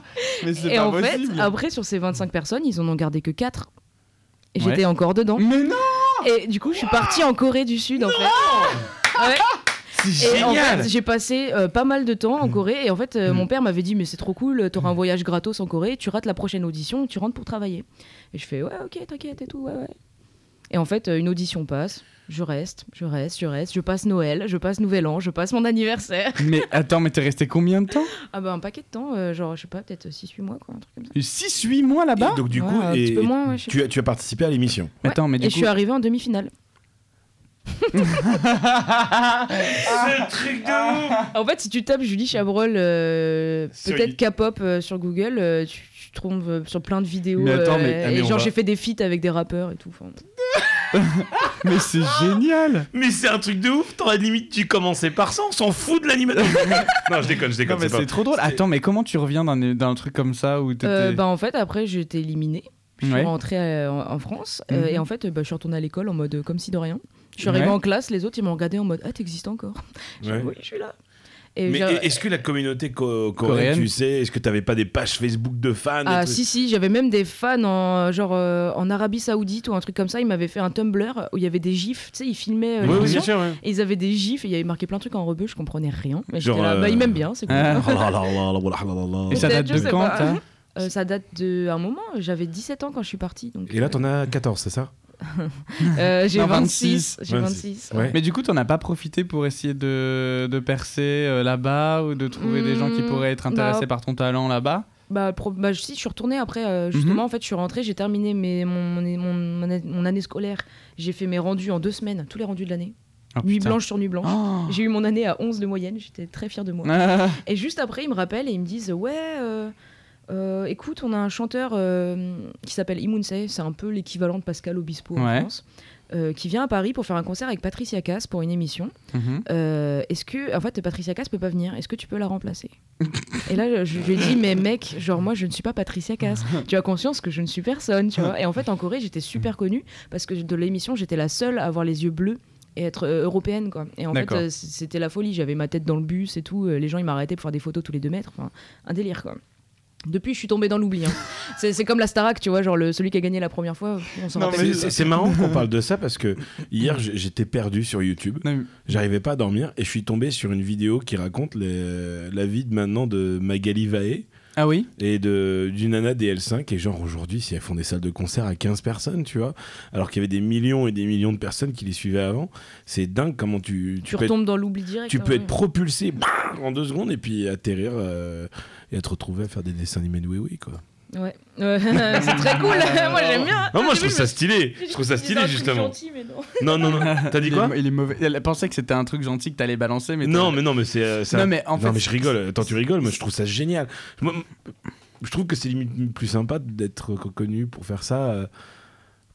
[SPEAKER 3] Mais
[SPEAKER 4] Et en fait, après, sur ces 25 personnes, ils en ont gardé que 4. Et
[SPEAKER 3] Ouais.
[SPEAKER 4] j'étais encore dedans.
[SPEAKER 3] Mais non
[SPEAKER 4] Et du coup, je suis partie en Corée du Sud, en fait. Ouais.
[SPEAKER 3] C'est
[SPEAKER 4] Et en
[SPEAKER 3] génial
[SPEAKER 4] fait, j'ai passé euh, pas mal de temps en Corée. Et en fait, euh,
[SPEAKER 3] Mm.
[SPEAKER 4] mon père m'avait dit Mais c'est trop cool, euh, t'auras
[SPEAKER 2] Mm.
[SPEAKER 4] un voyage gratos en Corée, tu rates la prochaine audition, tu rentres pour travailler. Et je fais Ouais, ok, t'inquiète et tout, ouais, ouais. Et en fait, euh, une audition passe, je reste, je reste, je reste, je passe Noël, je passe Nouvel An, je passe mon anniversaire.
[SPEAKER 3] Mais attends, mais t'es resté combien de temps
[SPEAKER 4] Ah bah, un paquet de temps, euh, genre, je sais pas, peut-être 6-8 mois, quoi, un truc comme ça.
[SPEAKER 3] 6-8 mois là-bas
[SPEAKER 2] Et Donc, du
[SPEAKER 4] Ouais,
[SPEAKER 2] coup,
[SPEAKER 4] un
[SPEAKER 2] et-
[SPEAKER 4] petit peu
[SPEAKER 2] et
[SPEAKER 4] moins, ouais, je sais
[SPEAKER 2] tu, as, tu as participé à l'émission.
[SPEAKER 4] Ouais.
[SPEAKER 3] Attends, mais
[SPEAKER 4] Et
[SPEAKER 3] du
[SPEAKER 4] je
[SPEAKER 3] coup...
[SPEAKER 4] suis arrivée en demi-finale.
[SPEAKER 1] C'est le truc de ouf
[SPEAKER 4] En fait, si tu tapes Julie Chabrol, euh,
[SPEAKER 1] Sur
[SPEAKER 4] peut-être K-pop euh, sur Google, euh, tu, tu trouves euh, sur plein de vidéos.
[SPEAKER 3] Mais attends, mais-
[SPEAKER 4] euh,
[SPEAKER 3] ah, mais
[SPEAKER 4] et
[SPEAKER 3] on
[SPEAKER 4] genre,
[SPEAKER 3] va-
[SPEAKER 4] j'ai fait des feats avec des rappeurs et tout. enfin.
[SPEAKER 3] Mais c'est génial
[SPEAKER 2] Mais c'est un truc de ouf. T'aurais limite dû commencer par ça. On s'en fout de l'animation.
[SPEAKER 1] Non, je déconne, je
[SPEAKER 3] Non,
[SPEAKER 1] déconne,
[SPEAKER 3] mais
[SPEAKER 1] c'est
[SPEAKER 3] c'est
[SPEAKER 1] pas...
[SPEAKER 3] trop drôle. Attends, mais comment tu reviens d'un d'un truc comme ça où t'étais...
[SPEAKER 4] Euh, bah, en fait, après, j'ai été éliminée. Je suis
[SPEAKER 3] Ouais.
[SPEAKER 4] rentrée euh, en, en France. euh,
[SPEAKER 3] Mhm.
[SPEAKER 4] et en fait, euh, bah, je suis retournée à l'école en mode euh, comme si de rien. Je suis arrivée
[SPEAKER 3] Ouais.
[SPEAKER 4] en classe, les autres, ils m'ont regardée en mode Ah, t'existes encore J'ai dit, Oui, je suis là. Et
[SPEAKER 2] Mais
[SPEAKER 4] j'ai-
[SPEAKER 2] est- est-ce que la communauté co- coréenne,
[SPEAKER 3] Coréenne.
[SPEAKER 2] tu sais, est-ce que t'avais pas des pages Facebook de fans et
[SPEAKER 4] Ah
[SPEAKER 2] tout
[SPEAKER 4] si si, j'avais même des fans en genre euh, en Arabie Saoudite ou un truc comme ça, ils m'avaient fait un Tumblr où il y avait des gifs, tu sais, ils filmaient euh, les
[SPEAKER 2] Oui, oui,
[SPEAKER 4] gens.
[SPEAKER 2] bien sûr. ouais.
[SPEAKER 4] Et ils avaient des gifs et il y avait marqué plein de trucs en rebeu, je comprenais rien. Mais
[SPEAKER 2] Genre,
[SPEAKER 4] j'étais là, bah,
[SPEAKER 2] euh,
[SPEAKER 4] ils m'aiment bien, c'est cool.
[SPEAKER 3] Ah.
[SPEAKER 2] Oh là là là là là là là
[SPEAKER 3] Et
[SPEAKER 2] là.
[SPEAKER 3] ça
[SPEAKER 4] peut-être,
[SPEAKER 3] date
[SPEAKER 4] je
[SPEAKER 3] de
[SPEAKER 4] sais
[SPEAKER 3] quand,
[SPEAKER 4] pas.
[SPEAKER 3] t'as
[SPEAKER 4] Euh, ça date de un moment, j'avais 17 ans quand je suis partie. Donc,
[SPEAKER 2] Et là, t'en as 14, c'est ça
[SPEAKER 4] euh, J'ai
[SPEAKER 3] Non,
[SPEAKER 4] 26. J'ai
[SPEAKER 2] 26,
[SPEAKER 4] 26.
[SPEAKER 2] ouais.
[SPEAKER 3] Mais du coup, t'en as pas profité pour essayer de, de percer euh, là-bas ou de trouver des gens qui
[SPEAKER 4] Hmm,
[SPEAKER 3] pourraient être intéressés
[SPEAKER 4] bah,
[SPEAKER 3] par ton talent là-bas
[SPEAKER 4] Bah, pro- bah, si, je suis retournée après. euh, justement, en fait, je suis rentrée, j'ai terminé mes, mon, mon- mon- mon année- mon année scolaire. J'ai fait mes rendus en deux semaines, tous les rendus de l'année.
[SPEAKER 3] Ah,
[SPEAKER 4] nuit
[SPEAKER 3] putain.
[SPEAKER 4] blanche sur nuit blanche.
[SPEAKER 3] Oh.
[SPEAKER 4] J'ai eu mon année à 11 de moyenne, j'étais très fière de moi.
[SPEAKER 3] Ah.
[SPEAKER 4] Et juste après, ils me rappellent et ils me disent Ouais, euh, euh, écoute, on a un chanteur euh, qui s'appelle Imunsei, c'est un peu l'équivalent de Pascal Obispo en
[SPEAKER 3] Ouais.
[SPEAKER 4] France, euh, qui vient à Paris pour faire un concert avec Patricia Cass pour une émission.
[SPEAKER 3] Mhm.
[SPEAKER 4] Euh, Est-ce que, en fait, Patricia Cass peut pas venir Est-ce que tu peux la remplacer Et là, je lui ai dit Mais mec, genre, moi, je ne suis pas Patricia Cass. Tu as conscience que je ne suis personne, tu vois. Et en fait, en Corée, j'étais super connue parce que de l'émission, j'étais la seule à avoir les yeux bleus et être euh, européenne, quoi. Et en fait,
[SPEAKER 3] D'accord.
[SPEAKER 4] euh, c- c'était la folie. J'avais ma tête dans le bus et tout. Euh, Les gens, ils m'arrêtaient pour faire des photos tous les deux mètres. Enfin, un délire, quoi. Depuis, je suis tombée dans l'oubli. hein. C'est c'est comme la Starac, tu vois, genre le, celui qui a gagné la première fois, on s'en
[SPEAKER 3] Non,
[SPEAKER 4] rappelle.
[SPEAKER 2] C'est-
[SPEAKER 3] mais-
[SPEAKER 4] plus.
[SPEAKER 2] C'est c'est marrant qu'on parle de ça parce que hier j- j'étais perdu sur YouTube,
[SPEAKER 3] Non, mais-
[SPEAKER 2] j'arrivais pas à dormir et je suis tombé sur une vidéo qui raconte les- la vie de maintenant de Magali Vaé
[SPEAKER 3] Ah oui
[SPEAKER 2] et de d'une nana des L5 et genre aujourd'hui si elles font des salles de concert à 15 personnes tu vois alors qu'il y avait des millions et des millions de personnes qui les suivaient avant c'est dingue comment tu tu
[SPEAKER 4] Tu
[SPEAKER 2] peux être,
[SPEAKER 4] retombes dans l'oubli direct.
[SPEAKER 2] tu
[SPEAKER 4] hein,
[SPEAKER 2] peux
[SPEAKER 4] ouais.
[SPEAKER 2] être propulsé bah, en deux secondes et puis atterrir euh, et à te retrouver à faire des dessins animés de oui oui quoi
[SPEAKER 4] Ouais, Euh, c'est très cool. moi j'aime bien.
[SPEAKER 2] non, moi
[SPEAKER 4] Au
[SPEAKER 2] je
[SPEAKER 4] début,
[SPEAKER 2] trouve ça
[SPEAKER 4] me-
[SPEAKER 2] stylé je trouve ça
[SPEAKER 4] disais un
[SPEAKER 2] stylé
[SPEAKER 4] truc
[SPEAKER 2] justement
[SPEAKER 4] gentil, mais non.
[SPEAKER 2] non non non t'as dit
[SPEAKER 3] Il est
[SPEAKER 2] quoi
[SPEAKER 3] mo- Il est mauvais. Elle pensait que c'était un truc gentil que t'allais balancer, mais.
[SPEAKER 2] non
[SPEAKER 3] t'as-
[SPEAKER 2] mais non mais c'est euh, c'est
[SPEAKER 3] Non,
[SPEAKER 2] un-
[SPEAKER 3] mais en
[SPEAKER 2] non
[SPEAKER 3] fait,
[SPEAKER 2] mais je rigole attends tu rigoles mais je trouve ça génial Moi, m- je trouve que c'est limite plus sympa d'être co- connu pour faire ça euh,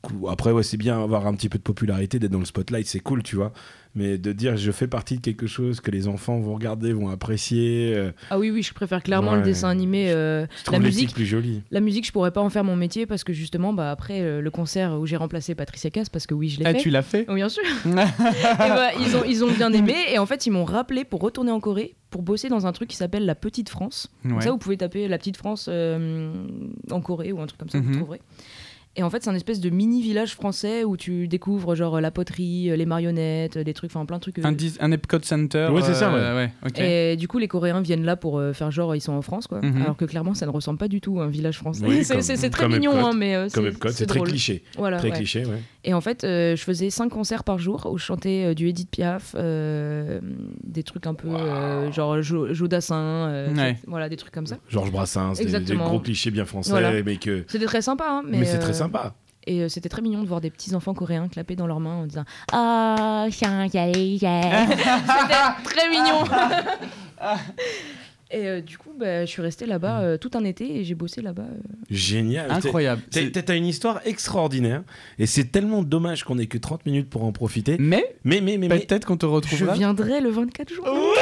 [SPEAKER 2] cou- après ouais c'est bien avoir un petit peu de popularité d'être dans le spotlight c'est cool tu vois mais de dire je fais partie de quelque chose que les enfants vont regarder vont apprécier euh,
[SPEAKER 4] Ah oui, oui, je préfère clairement
[SPEAKER 2] Ouais.
[SPEAKER 4] le dessin animé. euh,
[SPEAKER 2] je
[SPEAKER 4] la
[SPEAKER 2] trouve l'éthique
[SPEAKER 4] musique,
[SPEAKER 2] plus jolie
[SPEAKER 4] la musique, je pourrais pas en faire mon métier parce que justement, bah après euh, le concert où j'ai remplacé Patricia Cass, parce que oui, je l'ai
[SPEAKER 3] Ah,
[SPEAKER 4] fait.
[SPEAKER 3] tu l'as fait
[SPEAKER 4] Oui, bien sûr. Et bah, ils, ont, ils ont bien aimé et en fait, ils m'ont rappelé pour retourner en Corée pour bosser dans un truc qui s'appelle La Petite France. Comme
[SPEAKER 3] Ouais.
[SPEAKER 4] ça, vous pouvez taper La Petite France euh, en Corée ou un truc comme ça, vous
[SPEAKER 3] Mhm.
[SPEAKER 4] trouverez. Et en fait, c'est un espèce de mini village français où tu découvres genre la poterie, euh, les marionnettes, euh, des trucs, enfin plein de trucs. euh,
[SPEAKER 3] un, dis- un Epcot Center.
[SPEAKER 2] Ouais, c'est ça, ouais.
[SPEAKER 3] euh, ouais. ok.
[SPEAKER 4] Et du coup, les Coréens viennent là pour euh, faire genre ils sont en France, quoi.
[SPEAKER 3] Mhm.
[SPEAKER 4] Alors que clairement, ça ne ressemble pas du tout à un village français.
[SPEAKER 2] Oui,
[SPEAKER 4] c'est,
[SPEAKER 2] comme-
[SPEAKER 4] c'est- c'est très
[SPEAKER 2] comme
[SPEAKER 4] mignon,
[SPEAKER 2] Epcot.
[SPEAKER 4] hein, mais euh,
[SPEAKER 2] comme Epcot c'est très
[SPEAKER 4] drôle.
[SPEAKER 2] cliché
[SPEAKER 4] Voilà,
[SPEAKER 2] très
[SPEAKER 4] ouais.
[SPEAKER 2] cliché ouais
[SPEAKER 4] Et en fait, euh, je faisais cinq concerts par jour où je chantais euh, du Edith Piaf, euh, des trucs un peu euh, genre Jo- Jodassin, euh,
[SPEAKER 3] Ouais.
[SPEAKER 4] voilà, des trucs comme ça.
[SPEAKER 2] Georges Brassens des- des,
[SPEAKER 4] Exactement.
[SPEAKER 2] gros clichés bien français
[SPEAKER 4] Voilà.
[SPEAKER 2] mais que
[SPEAKER 4] C'était très sympa, hein, mais,
[SPEAKER 2] mais, c'est
[SPEAKER 4] euh,
[SPEAKER 2] très sympa
[SPEAKER 4] Et euh, c'était très mignon de voir des petits enfants coréens clapper dans leurs mains en disant Oh, Shang-Chi, yeah. C'était très mignon. et euh, du coup, bah, je suis restée là-bas euh, tout un été et j'ai bossé là-bas. euh.
[SPEAKER 2] génial T'es-
[SPEAKER 3] Incroyable.
[SPEAKER 2] T'as
[SPEAKER 3] C'est-
[SPEAKER 2] t'as- t'as une histoire extraordinaire et c'est tellement dommage qu'on ait que 30 minutes pour en profiter.
[SPEAKER 3] Mais
[SPEAKER 2] Mais, mais, mais, mais-
[SPEAKER 3] peut-être qu'on te
[SPEAKER 4] Je
[SPEAKER 3] retrouvera.
[SPEAKER 4] viendrai le 24 juin.
[SPEAKER 3] Oh.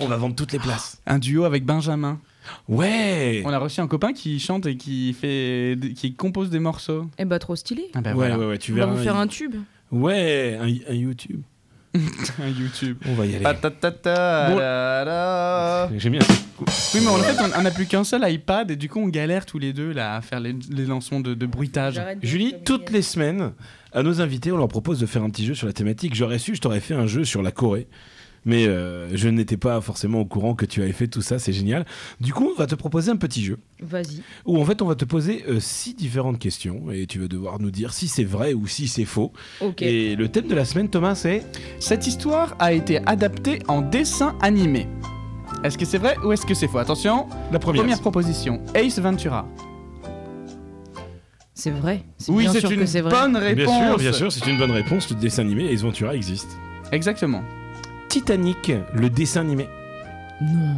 [SPEAKER 2] on va vendre toutes les places.
[SPEAKER 3] Un duo avec Benjamin.
[SPEAKER 2] Ah. Ouais.
[SPEAKER 4] Ben
[SPEAKER 3] On a reçu un copain qui chante et qui fait, qui compose des morceaux.
[SPEAKER 4] Eh bah, trop stylé.
[SPEAKER 3] Ah bah
[SPEAKER 2] ouais,
[SPEAKER 3] voilà.
[SPEAKER 2] ouais, ouais, tu
[SPEAKER 4] On va
[SPEAKER 2] verras.
[SPEAKER 4] vous faire un tube.
[SPEAKER 2] Ouais, un, un YouTube.
[SPEAKER 3] Un YouTube.
[SPEAKER 2] On va y aller.
[SPEAKER 3] Patatata,
[SPEAKER 2] Bon.
[SPEAKER 3] la, la.
[SPEAKER 2] J'aime bien.
[SPEAKER 3] Oui, mais en fait, on on a plus qu'un seul iPad et du coup, on galère tous les deux là, à faire les, les lancements de, de bruitage.
[SPEAKER 2] Julie, toutes les semaines, à nos invités, on leur propose de faire un petit jeu sur la thématique. J'aurais su, je t'aurais fait un jeu sur la Corée. Mais euh, je n'étais pas forcément au courant que tu avais fait tout ça, c'est génial. Du coup, on va te proposer un petit jeu.
[SPEAKER 4] Vas-y.
[SPEAKER 2] où en fait on va te poser euh, six différentes questions et tu vas devoir nous dire si c'est vrai ou si c'est faux.
[SPEAKER 4] Ok.
[SPEAKER 2] Et le thème de la semaine, Thomas, c'est
[SPEAKER 3] Cette histoire a été adaptée en dessin animé. Est-ce que c'est vrai ou est-ce que c'est faux Attention,
[SPEAKER 2] la première.
[SPEAKER 3] première proposition, Ace Ventura.
[SPEAKER 4] C'est vrai. C'est
[SPEAKER 3] Oui,
[SPEAKER 4] bien
[SPEAKER 3] c'est
[SPEAKER 4] sûr
[SPEAKER 3] une
[SPEAKER 4] que c'est vrai.
[SPEAKER 3] bonne
[SPEAKER 2] Bien
[SPEAKER 3] réponse.
[SPEAKER 2] sûr, bien sûr, c'est une bonne réponse. Le dessin animé Ace Ventura existe.
[SPEAKER 3] Exactement.
[SPEAKER 2] Titanic, le dessin animé.
[SPEAKER 4] Non,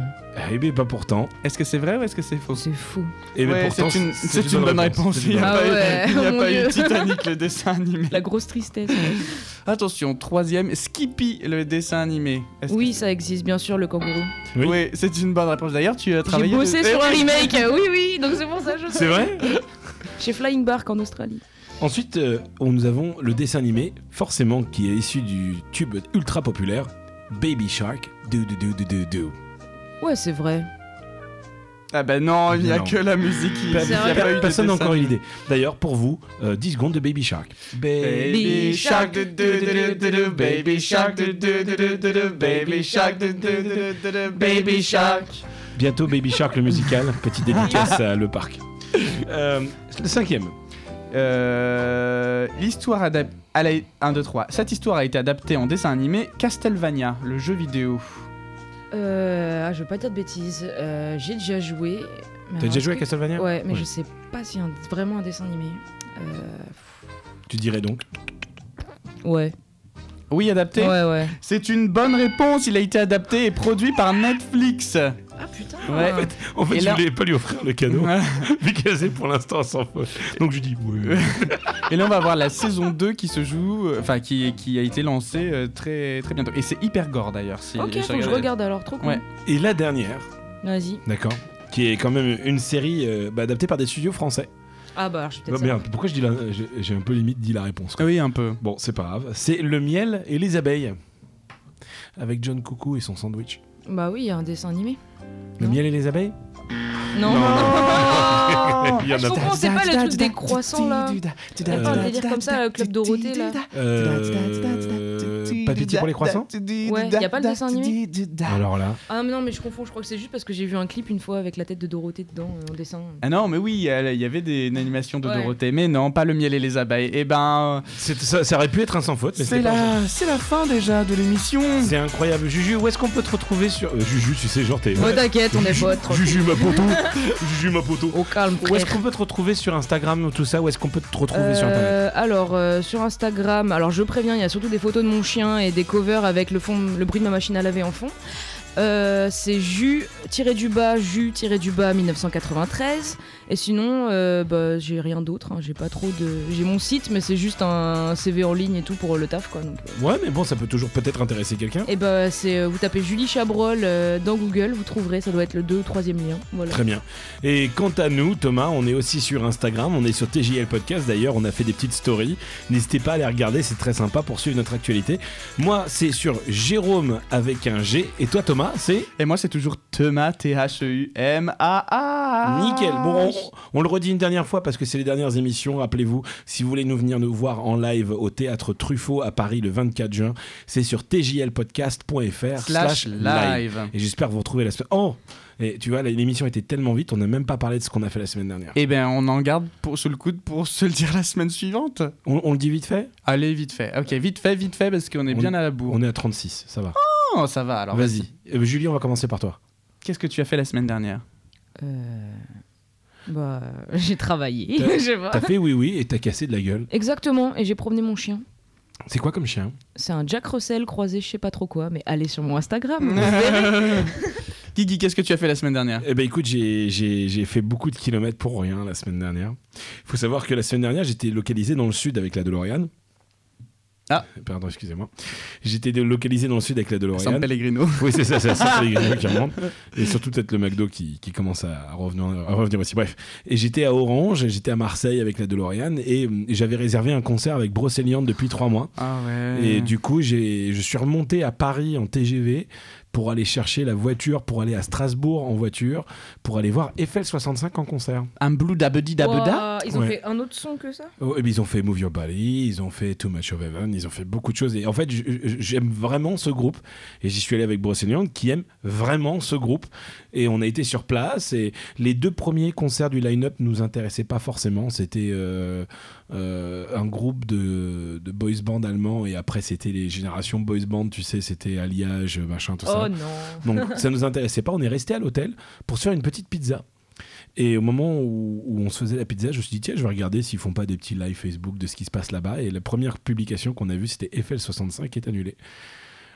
[SPEAKER 2] Eh bien, pas pourtant.
[SPEAKER 3] Est-ce que c'est vrai ou est-ce que c'est faux
[SPEAKER 4] c'est fou.
[SPEAKER 2] Eh bien,
[SPEAKER 3] Ouais,
[SPEAKER 2] pourtant,
[SPEAKER 3] c'est une, c'est une bonne réponse.
[SPEAKER 2] C'est
[SPEAKER 3] Il
[SPEAKER 2] une
[SPEAKER 3] n'y
[SPEAKER 2] bonne
[SPEAKER 3] a
[SPEAKER 4] Ah
[SPEAKER 3] pas eu-
[SPEAKER 4] ouais,
[SPEAKER 3] il n'y a
[SPEAKER 4] mon
[SPEAKER 3] pas eu
[SPEAKER 4] Dieu.
[SPEAKER 3] Titanic, le dessin animé.
[SPEAKER 4] La grosse tristesse.
[SPEAKER 3] Attention, troisième, Skippy, le dessin animé. Est-ce que-
[SPEAKER 4] oui, ça existe bien sûr le kangourou.
[SPEAKER 2] Oui.
[SPEAKER 3] Oui, c'est une bonne réponse. D'ailleurs, tu as
[SPEAKER 4] J'ai
[SPEAKER 3] travaillé.
[SPEAKER 4] bossé
[SPEAKER 3] de-
[SPEAKER 4] sur un
[SPEAKER 3] Eh oui.
[SPEAKER 4] remake. Oui, oui. Donc c'est pour ça que je.
[SPEAKER 2] C'est vrai
[SPEAKER 4] Chez Flying Bark en Australie.
[SPEAKER 2] Ensuite, euh, on- nous avons le dessin animé, forcément, qui est issu du tube ultra populaire, Baby Shark. Do, do, do, do, do, do.
[SPEAKER 4] Ouais, c'est vrai.
[SPEAKER 3] Ah bah non, il n'y a
[SPEAKER 2] Non.
[SPEAKER 3] que la musique. qui- Il n'y
[SPEAKER 2] Pe-
[SPEAKER 4] C'est vrai.
[SPEAKER 3] a pas eu de
[SPEAKER 2] Personne n'a
[SPEAKER 3] dessin
[SPEAKER 2] encore eu
[SPEAKER 3] animé.
[SPEAKER 2] l'idée. D'ailleurs, pour vous, euh, 10 secondes de Baby Shark.
[SPEAKER 3] Baby shark, do do do do do do, baby shark, do do do do do do, baby shark, do do do do do do, baby shark.
[SPEAKER 2] Bientôt Baby Shark le musical, petite dédicace à Le Parc. Euh, le cinquième.
[SPEAKER 3] Euh, L'histoire adaptée. 1, 2, 3. Cette histoire a été adaptée en dessin animé Castlevania, le jeu vidéo.
[SPEAKER 4] Euh, ah, je veux pas dire de bêtises. Euh, j'ai déjà joué. mais
[SPEAKER 2] T'as
[SPEAKER 4] alors,
[SPEAKER 2] déjà joué à
[SPEAKER 4] est-ce que-
[SPEAKER 2] Castlevania
[SPEAKER 4] Ouais, mais
[SPEAKER 2] Ouais.
[SPEAKER 4] je sais pas si y a un- vraiment un dessin animé. Euh,
[SPEAKER 2] Tu dirais donc
[SPEAKER 4] Ouais.
[SPEAKER 3] Oui, adapté.
[SPEAKER 4] Ouais, ouais.
[SPEAKER 3] C'est une bonne réponse. Il a été adapté et produit par Netflix.
[SPEAKER 4] Ah putain.
[SPEAKER 3] Ouais.
[SPEAKER 2] En fait,
[SPEAKER 3] Et
[SPEAKER 2] je
[SPEAKER 3] là-
[SPEAKER 2] voulais pas lui offrir le cadeau, vu qu'elle sait pour l'instant sans faute. Donc je lui dis oui.
[SPEAKER 3] Et là, on va voir la saison 2 qui se joue, euh, enfin qui, qui a été lancée euh, très très bientôt. Et c'est hyper gore d'ailleurs. Si
[SPEAKER 4] Ok,
[SPEAKER 3] si
[SPEAKER 4] faut que je
[SPEAKER 3] regardez.
[SPEAKER 4] regarde alors, trop cool.
[SPEAKER 3] Ouais.
[SPEAKER 2] Et la dernière,
[SPEAKER 4] Vas-y.
[SPEAKER 2] d'accord, qui est quand même une série euh, bah, adaptée par des studios français.
[SPEAKER 4] Ah bah alors, je suis
[SPEAKER 2] Bah,
[SPEAKER 4] peut-être.
[SPEAKER 2] merde, pourquoi je dis la... j'ai- J'ai un peu limite dit la réponse. quoi.
[SPEAKER 3] Oui, un peu.
[SPEAKER 2] Bon, c'est pas grave. Ah C'est le miel et les abeilles. Avec John Coucou et son sandwich.
[SPEAKER 4] ça. Bah oui, il y a un dessin animé.
[SPEAKER 2] Le
[SPEAKER 4] Non.
[SPEAKER 2] miel et les abeilles
[SPEAKER 4] Non.
[SPEAKER 2] Il y en
[SPEAKER 4] Je
[SPEAKER 2] a
[SPEAKER 4] comprends, c'est pas le truc des croissants là. Y'a pas un délire comme ça, le club Dorothée là.
[SPEAKER 2] Euh, Pas pitié pour les croissants
[SPEAKER 4] Ouais, y a pas le dessin animé
[SPEAKER 2] Alors là,
[SPEAKER 4] Ah non, mais non, mais je confonds, je crois que c'est juste parce que j'ai vu un clip une fois avec la tête de Dorothée dedans euh, en dessin.
[SPEAKER 3] Ah non, mais oui, elle- il y avait des une animation de
[SPEAKER 4] Ouais.
[SPEAKER 3] Dorothée, mais non, pas le miel et les abeilles. Eh ben,
[SPEAKER 2] c'est- ça, ça aurait pu être un sans faute, mais
[SPEAKER 3] c'est
[SPEAKER 2] c'était pas un sans faute.
[SPEAKER 3] la, c'est la fin déjà de l'émission.
[SPEAKER 2] C'est incroyable. Juju, où est-ce qu'on peut te retrouver sur. Euh, Juju, tu sais, genre t'es.
[SPEAKER 4] Ouais, t'inquiète, on est
[SPEAKER 2] Juju,
[SPEAKER 4] potes. tranquille.
[SPEAKER 2] Juju, ma poteau Juju, ma poteau
[SPEAKER 4] Au calme,
[SPEAKER 2] Où est-ce
[SPEAKER 4] frère.
[SPEAKER 2] qu'on peut te retrouver sur Instagram ou tout ça Où est-ce qu'on peut te retrouver sur Internet
[SPEAKER 4] Euh, alors euh, sur Instagram, alors je préviens, il y a surtout des photos de mon chien et des covers avec le fond, le bruit de ma machine à laver en fond. Euh, c'est jus du bas jus du bas 1993 et sinon euh, bah, j'ai rien d'autre hein, j'ai pas trop de j'ai mon site mais c'est juste un CV en ligne et tout pour le taf quoi donc euh.
[SPEAKER 2] Ouais, mais bon, ça peut toujours peut-être intéresser quelqu'un.
[SPEAKER 4] et bah c'est euh, vous tapez Julie Chabrol euh, dans Google vous trouverez ça doit être le 2 ou 3 lien voilà
[SPEAKER 2] Très bien. Et quant à nous, Thomas, on est aussi sur Instagram, on est sur TJL Podcast. D'ailleurs, on a fait des petites stories. N'hésitez pas à les regarder, c'est très sympa pour suivre notre actualité. Moi, c'est sur Jérôme avec un G. Et toi, Thomas, c'est
[SPEAKER 3] Et moi, c'est toujours Thomas, E T-H-E-U-M-A-A.
[SPEAKER 2] nickel. Bon, on, on le redit une dernière fois parce que c'est les dernières émissions. Rappelez-vous, si vous voulez nous venir nous voir en live au théâtre Truffaut à Paris le 24 juin, c'est sur tjlpodcast.fr
[SPEAKER 3] slash live.
[SPEAKER 2] Et j'espère vous retrouver la semaine. Oh Et tu vois, la- l'émission était tellement vite, on n'a même pas parlé de ce qu'on a fait la semaine dernière.
[SPEAKER 3] Eh ben, on en garde pour, sous le coude pour se le dire la semaine suivante.
[SPEAKER 2] On, on le dit vite fait
[SPEAKER 3] Allez, vite fait. Ok, vite fait, vite fait, parce qu'on est
[SPEAKER 2] On-
[SPEAKER 3] bien à la bourre.
[SPEAKER 2] On est à 36, ça va.
[SPEAKER 3] Oh, ça va alors.
[SPEAKER 2] Vas-y. Euh, Julie, on va commencer par toi.
[SPEAKER 3] Qu'est-ce que tu as fait la semaine dernière
[SPEAKER 4] Euh, bah j'ai travaillé
[SPEAKER 2] T'as-
[SPEAKER 4] je sais pas.
[SPEAKER 2] T'as fait oui oui et t'as cassé de la gueule.
[SPEAKER 4] exactement et j'ai promené mon chien
[SPEAKER 2] C'est quoi comme chien
[SPEAKER 4] C'est un Jack Russell croisé, je sais pas trop quoi, mais allez sur mon Instagram. vous verrez.
[SPEAKER 3] Guigui, qu'est-ce que tu as fait la semaine dernière
[SPEAKER 2] Eh ben écoute, j'ai- j'ai j'ai fait beaucoup de kilomètres pour rien la semaine dernière. Faut savoir que la semaine dernière, j'étais localisé dans le sud avec la DeLorean.
[SPEAKER 3] Ah.
[SPEAKER 2] Pardon, excusez-moi. J'étais dé- localisé dans le sud avec la
[SPEAKER 3] San
[SPEAKER 2] DeLorean.
[SPEAKER 3] Pellegrino.
[SPEAKER 2] Oui, c'est ça, c'est la sorte des grillons qui remonte. Et surtout, peut-être le McDo qui, qui commence à revenir, à revenir aussi. Bref. Et j'étais à Orange, j'étais à Marseille avec la DeLorean et hum, j'avais réservé un concert avec Brocéliande depuis trois mois.
[SPEAKER 3] Ah ouais.
[SPEAKER 2] Et du coup, j'ai, je suis remonté à Paris en TGV pour aller chercher la voiture, pour aller à Strasbourg en voiture, pour aller voir Eiffel 65 en concert.
[SPEAKER 3] Un blue dabedi dabeda
[SPEAKER 4] Ouah, ils ont
[SPEAKER 2] Ouais.
[SPEAKER 4] fait un autre son que ça
[SPEAKER 2] Oh, et puis ils ont fait Move Your Body, ils ont fait Too Much of Heaven, ils ont fait beaucoup de choses. Et en fait, j- j- j'aime vraiment ce groupe. Et j'y suis allé avec Brosséliande qui aime vraiment ce groupe. Et on a été sur place. Et les deux premiers concerts du line-up nous intéressaient pas forcément. C'était euh, euh, un groupe de, de boys band allemand. Et après, c'était les générations boys band, tu sais, c'était Alliage, machin, tout ça.
[SPEAKER 4] Oh non.
[SPEAKER 2] Donc ça nous intéressait pas. On est resté à l'hôtel pour se faire une petite pizza. Et au moment où, où on se faisait la pizza, je me suis dit tiens, je vais regarder s'ils font pas des petits live Facebook de ce qui se passe là-bas. Et la première publication qu'on a vue, c'était Eiffel 65 qui est annulée.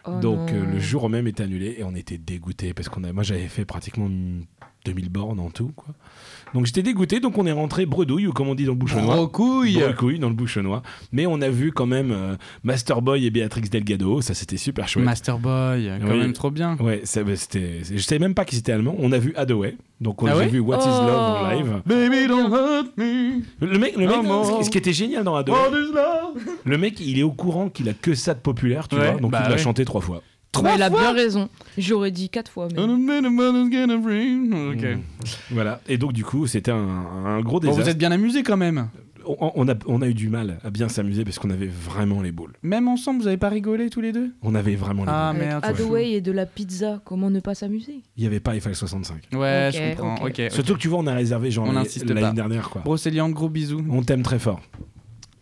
[SPEAKER 4] Oh
[SPEAKER 2] Donc
[SPEAKER 4] non.
[SPEAKER 2] euh, le jour même est annulé et on était dégoûté parce qu'on a, moi j'avais fait pratiquement 2000 bornes en tout quoi. Donc j'étais dégoûté. Donc on est rentré bredouille ou comme on dit dans le bouchonnois.
[SPEAKER 3] Gros couille
[SPEAKER 2] Bredouille dans le bouchonnois. Mais on a vu quand même euh, Masterboy et Béatrix Delgado. Ça c'était super chouette.
[SPEAKER 3] Master Boy, euh, quand
[SPEAKER 2] Oui.
[SPEAKER 3] même trop bien.
[SPEAKER 2] Ouais, ça, bah, c'était. Je savais même pas qu'ils étaient allemands. On a vu Adaway, donc on
[SPEAKER 3] Ah
[SPEAKER 2] a
[SPEAKER 3] ouais
[SPEAKER 2] vu What Is Love en
[SPEAKER 4] Oh.
[SPEAKER 2] live.
[SPEAKER 3] Baby don't hurt me.
[SPEAKER 2] Le mec, le mec,
[SPEAKER 3] Oh, mon- Oh,
[SPEAKER 2] ce, ce qui était génial dans Adaway,
[SPEAKER 3] What is love
[SPEAKER 2] le mec, il est au courant qu'il a que ça de populaire, tu
[SPEAKER 3] Ouais,
[SPEAKER 2] vois, donc
[SPEAKER 3] bah
[SPEAKER 2] il l'a
[SPEAKER 3] ouais.
[SPEAKER 2] chanté trois fois.
[SPEAKER 4] Bah, il a
[SPEAKER 3] fois
[SPEAKER 4] bien raison. J'aurais dit quatre fois. Mais...
[SPEAKER 3] And a minute, but it's gonna rain. Ok.
[SPEAKER 2] Mm. Voilà. Et donc du coup, c'était un, un gros
[SPEAKER 3] Bon,
[SPEAKER 2] désastre.
[SPEAKER 3] vous êtes bien amusés quand même.
[SPEAKER 2] on, on a, on a eu du mal à bien s'amuser parce qu'on avait vraiment les boules.
[SPEAKER 3] Même ensemble, vous avez pas rigolé tous les deux
[SPEAKER 2] On avait vraiment les
[SPEAKER 3] Ah
[SPEAKER 2] boules.
[SPEAKER 4] Avec
[SPEAKER 3] merde.
[SPEAKER 4] Hathaway et de la pizza, comment ne pas s'amuser
[SPEAKER 2] Il y avait pas Eiffel 65.
[SPEAKER 3] Ouais,
[SPEAKER 4] Ok,
[SPEAKER 3] je comprends.
[SPEAKER 4] ok.
[SPEAKER 3] Ok.
[SPEAKER 2] Surtout que tu vois, on a réservé genre
[SPEAKER 3] On
[SPEAKER 2] l'année
[SPEAKER 3] n'insiste pas.
[SPEAKER 2] l'année dernière quoi.
[SPEAKER 3] Brocéliande, gros bisous.
[SPEAKER 2] On t'aime très fort.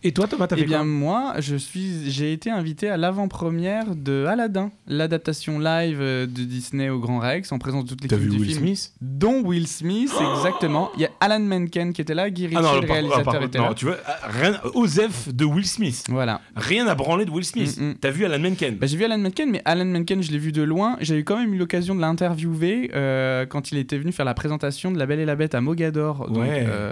[SPEAKER 2] Et toi, Thomas, t'as
[SPEAKER 3] Eh
[SPEAKER 2] fait
[SPEAKER 3] bien
[SPEAKER 2] quoi
[SPEAKER 3] moi, je suis, j'ai été invité à l'avant-première de Aladdin, l'adaptation live euh, de Disney au Grand Rex, en présence de toute l'équipe du film,
[SPEAKER 2] Smith
[SPEAKER 3] dont Will Smith, exactement. Il y a Alan Menken qui était là, Guy Ritchie,
[SPEAKER 2] Ah non,
[SPEAKER 3] le
[SPEAKER 2] par- ah,
[SPEAKER 3] réalisateur
[SPEAKER 2] par contre,
[SPEAKER 3] était
[SPEAKER 2] non,
[SPEAKER 3] là.
[SPEAKER 2] tu vois, ah, rien, Osef de Will Smith.
[SPEAKER 3] Voilà.
[SPEAKER 2] Rien à branler de Will Smith.
[SPEAKER 3] Mm, mm.
[SPEAKER 2] T'as vu Alan Menken
[SPEAKER 3] Bah, j'ai vu Alan Menken, mais Alan Menken, je l'ai vu de loin. J'ai eu quand même eu l'occasion de l'interviewer euh, quand il était venu faire la présentation de La Belle et la Bête à Mogador. Donc,
[SPEAKER 2] Ouais.
[SPEAKER 3] euh,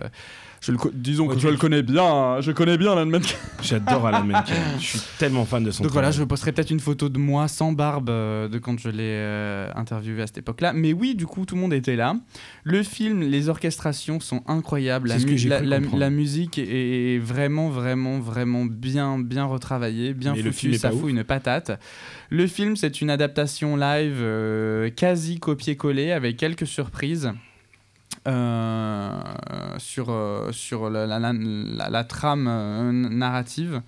[SPEAKER 3] je le co- disons
[SPEAKER 2] Ouais,
[SPEAKER 3] que
[SPEAKER 2] tu-
[SPEAKER 3] je le connais bien. hein. Je connais bien Alan Menken.
[SPEAKER 2] J'adore Alan Menken. Je suis tellement fan de son
[SPEAKER 3] Donc voilà,
[SPEAKER 2] travail.
[SPEAKER 3] je posterai peut-être une photo de moi sans barbe euh, de quand je l'ai euh, interviewé à cette époque-là. Mais oui, du coup, tout le monde était là. Le film, les orchestrations sont incroyables. La,
[SPEAKER 2] C'est ce que
[SPEAKER 3] mu-
[SPEAKER 2] j'ai
[SPEAKER 3] la,
[SPEAKER 2] cru
[SPEAKER 3] la-
[SPEAKER 2] comprendre.
[SPEAKER 3] la musique est est vraiment, vraiment, vraiment bien, bien retravaillée, bien
[SPEAKER 2] Mais le
[SPEAKER 3] foutue.
[SPEAKER 2] film est
[SPEAKER 3] ça
[SPEAKER 2] pas
[SPEAKER 3] fout
[SPEAKER 2] ouf.
[SPEAKER 3] une patate. Le film, c'est une adaptation live euh, quasi copier-coller avec quelques surprises. euh, sur, euh, sur la, la- la- la- la trame euh, narrative.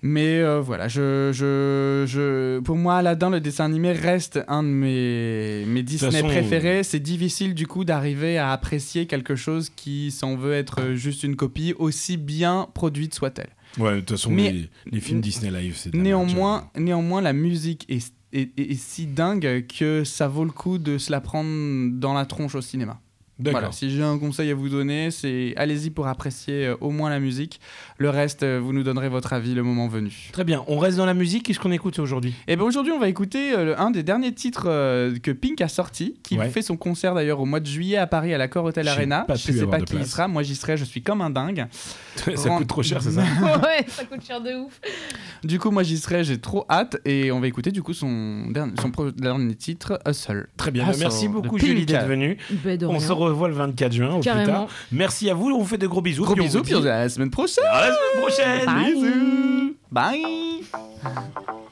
[SPEAKER 3] Mais euh, voilà, je, je, je, pour moi, Aladdin, le dessin animé, reste un de mes, mes Disney
[SPEAKER 2] façon,
[SPEAKER 3] préférés. C'est difficile, du coup, d'arriver à apprécier quelque chose qui s'en veut être juste une copie, aussi bien produite soit-elle.
[SPEAKER 2] Ouais, de toute façon,
[SPEAKER 3] Mais-
[SPEAKER 2] les, les films Disney Live, c'est de la merde, tu vois.
[SPEAKER 3] Néanmoins, néanmoins, la musique est, est- est- est si dingue que ça vaut le coup de se la prendre dans la tronche au cinéma.
[SPEAKER 2] D'accord.
[SPEAKER 3] Voilà, si j'ai un conseil à vous donner, c'est allez-y pour apprécier euh, au moins la musique. Le reste, euh, vous nous donnerez votre avis le moment venu.
[SPEAKER 2] Très bien, on reste dans la musique. Qu'est-ce qu'on écoute aujourd'hui
[SPEAKER 3] Et bien aujourd'hui, on va écouter euh, le- un des derniers titres euh, que Pink a sorti, qui
[SPEAKER 2] Ouais.
[SPEAKER 3] fait son concert d'ailleurs au mois de juillet à Paris à l'Accor Hotel
[SPEAKER 2] J'ai
[SPEAKER 3] Arena.
[SPEAKER 2] pas
[SPEAKER 3] je
[SPEAKER 2] pu
[SPEAKER 3] sais
[SPEAKER 2] avoir de
[SPEAKER 3] pas qui y
[SPEAKER 2] place.
[SPEAKER 3] sera, moi j'y serai, je suis comme un dingue.
[SPEAKER 2] Ça coûte trop cher, c'est ça
[SPEAKER 4] ouais, ça coûte cher de ouf.
[SPEAKER 3] Du coup, moi j'y serai, j'ai trop hâte et on va écouter du coup son, dernier, son pro- dernier titre, Hustle.
[SPEAKER 2] Très bien,
[SPEAKER 3] Ah,
[SPEAKER 2] bah, merci
[SPEAKER 3] ça,
[SPEAKER 2] beaucoup
[SPEAKER 3] de
[SPEAKER 2] Julie
[SPEAKER 3] Pink.
[SPEAKER 2] d'être venue.
[SPEAKER 4] Ben, de
[SPEAKER 2] On
[SPEAKER 4] rien.
[SPEAKER 2] se revoit le 24 juin au plus
[SPEAKER 4] Carrément.
[SPEAKER 2] tard. Merci à vous, on vous fait de gros bisous.
[SPEAKER 3] Gros
[SPEAKER 2] puis on
[SPEAKER 3] bisous,
[SPEAKER 2] vous
[SPEAKER 3] puis on se
[SPEAKER 2] dit
[SPEAKER 3] dit à la semaine prochaine.
[SPEAKER 2] à la semaine prochaine.
[SPEAKER 4] Bye.
[SPEAKER 3] Bye.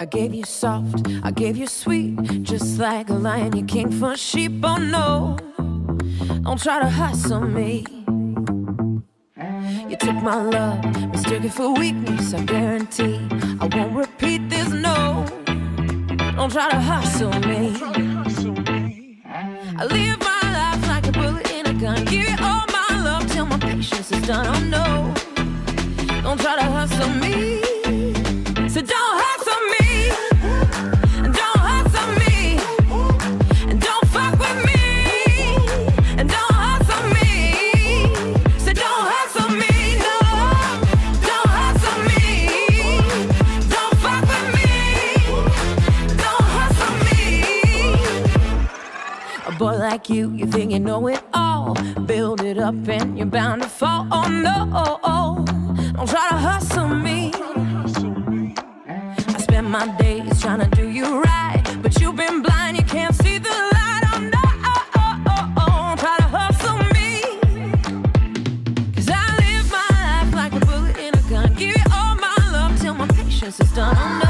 [SPEAKER 5] I gave you soft, I gave you sweet, just like a lion you came for a sheep. Oh no, don't try to hustle me. You took my love, mistook it for weakness. I guarantee I won't repeat this. No, don't try to hustle me. I live my life like a bullet in a gun. Give it all my love till my patience is done. Oh no, don't try to hustle me. So don't hustle me. Don't hustle me. And don't fuck with me. And don't hustle me. So don't hustle me. No. Don't hustle me. Don't fuck with me. Don't hustle me. A boy like you, you think you know it all. Build it up and you're bound to fall. Oh no. Don't try to hustle me. I spend my days trying to do you right, but you've been blind, you can't see the light. Oh no, try to hustle me. Cause I live my life like a bullet in a gun. Give it all my love till my patience is done. Oh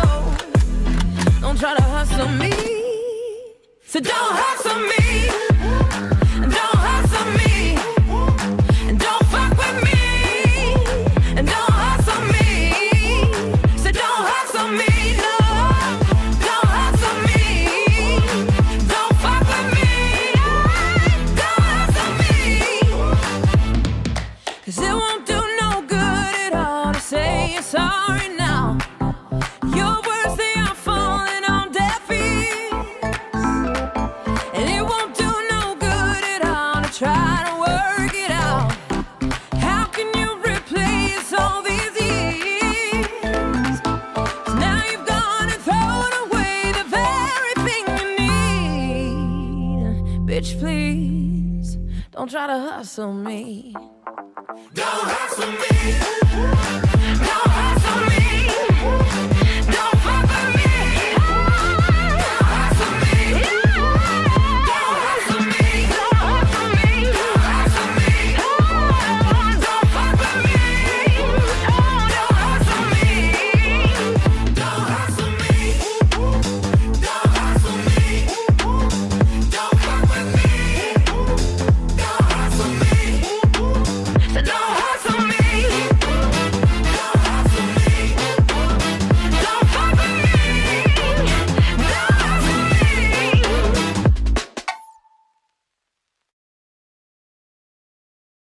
[SPEAKER 5] no, don't try to hustle me. So don't hustle me. Don't hustle me. And don't fuck with me. And don't hustle me. So don't hustle me. No. Don't hustle me. Don't fuck with me. Don't hustle me. Cause it won't do no good at all to say you're sorry now. Your words, they are falling on deaf ears. And it won't do no good at all to try to work it out. How can you replace all these years? 'Cause now you've gone and thrown away the very thing you need. Bitch, please, don't try to hustle me. Don't hustle me. Don't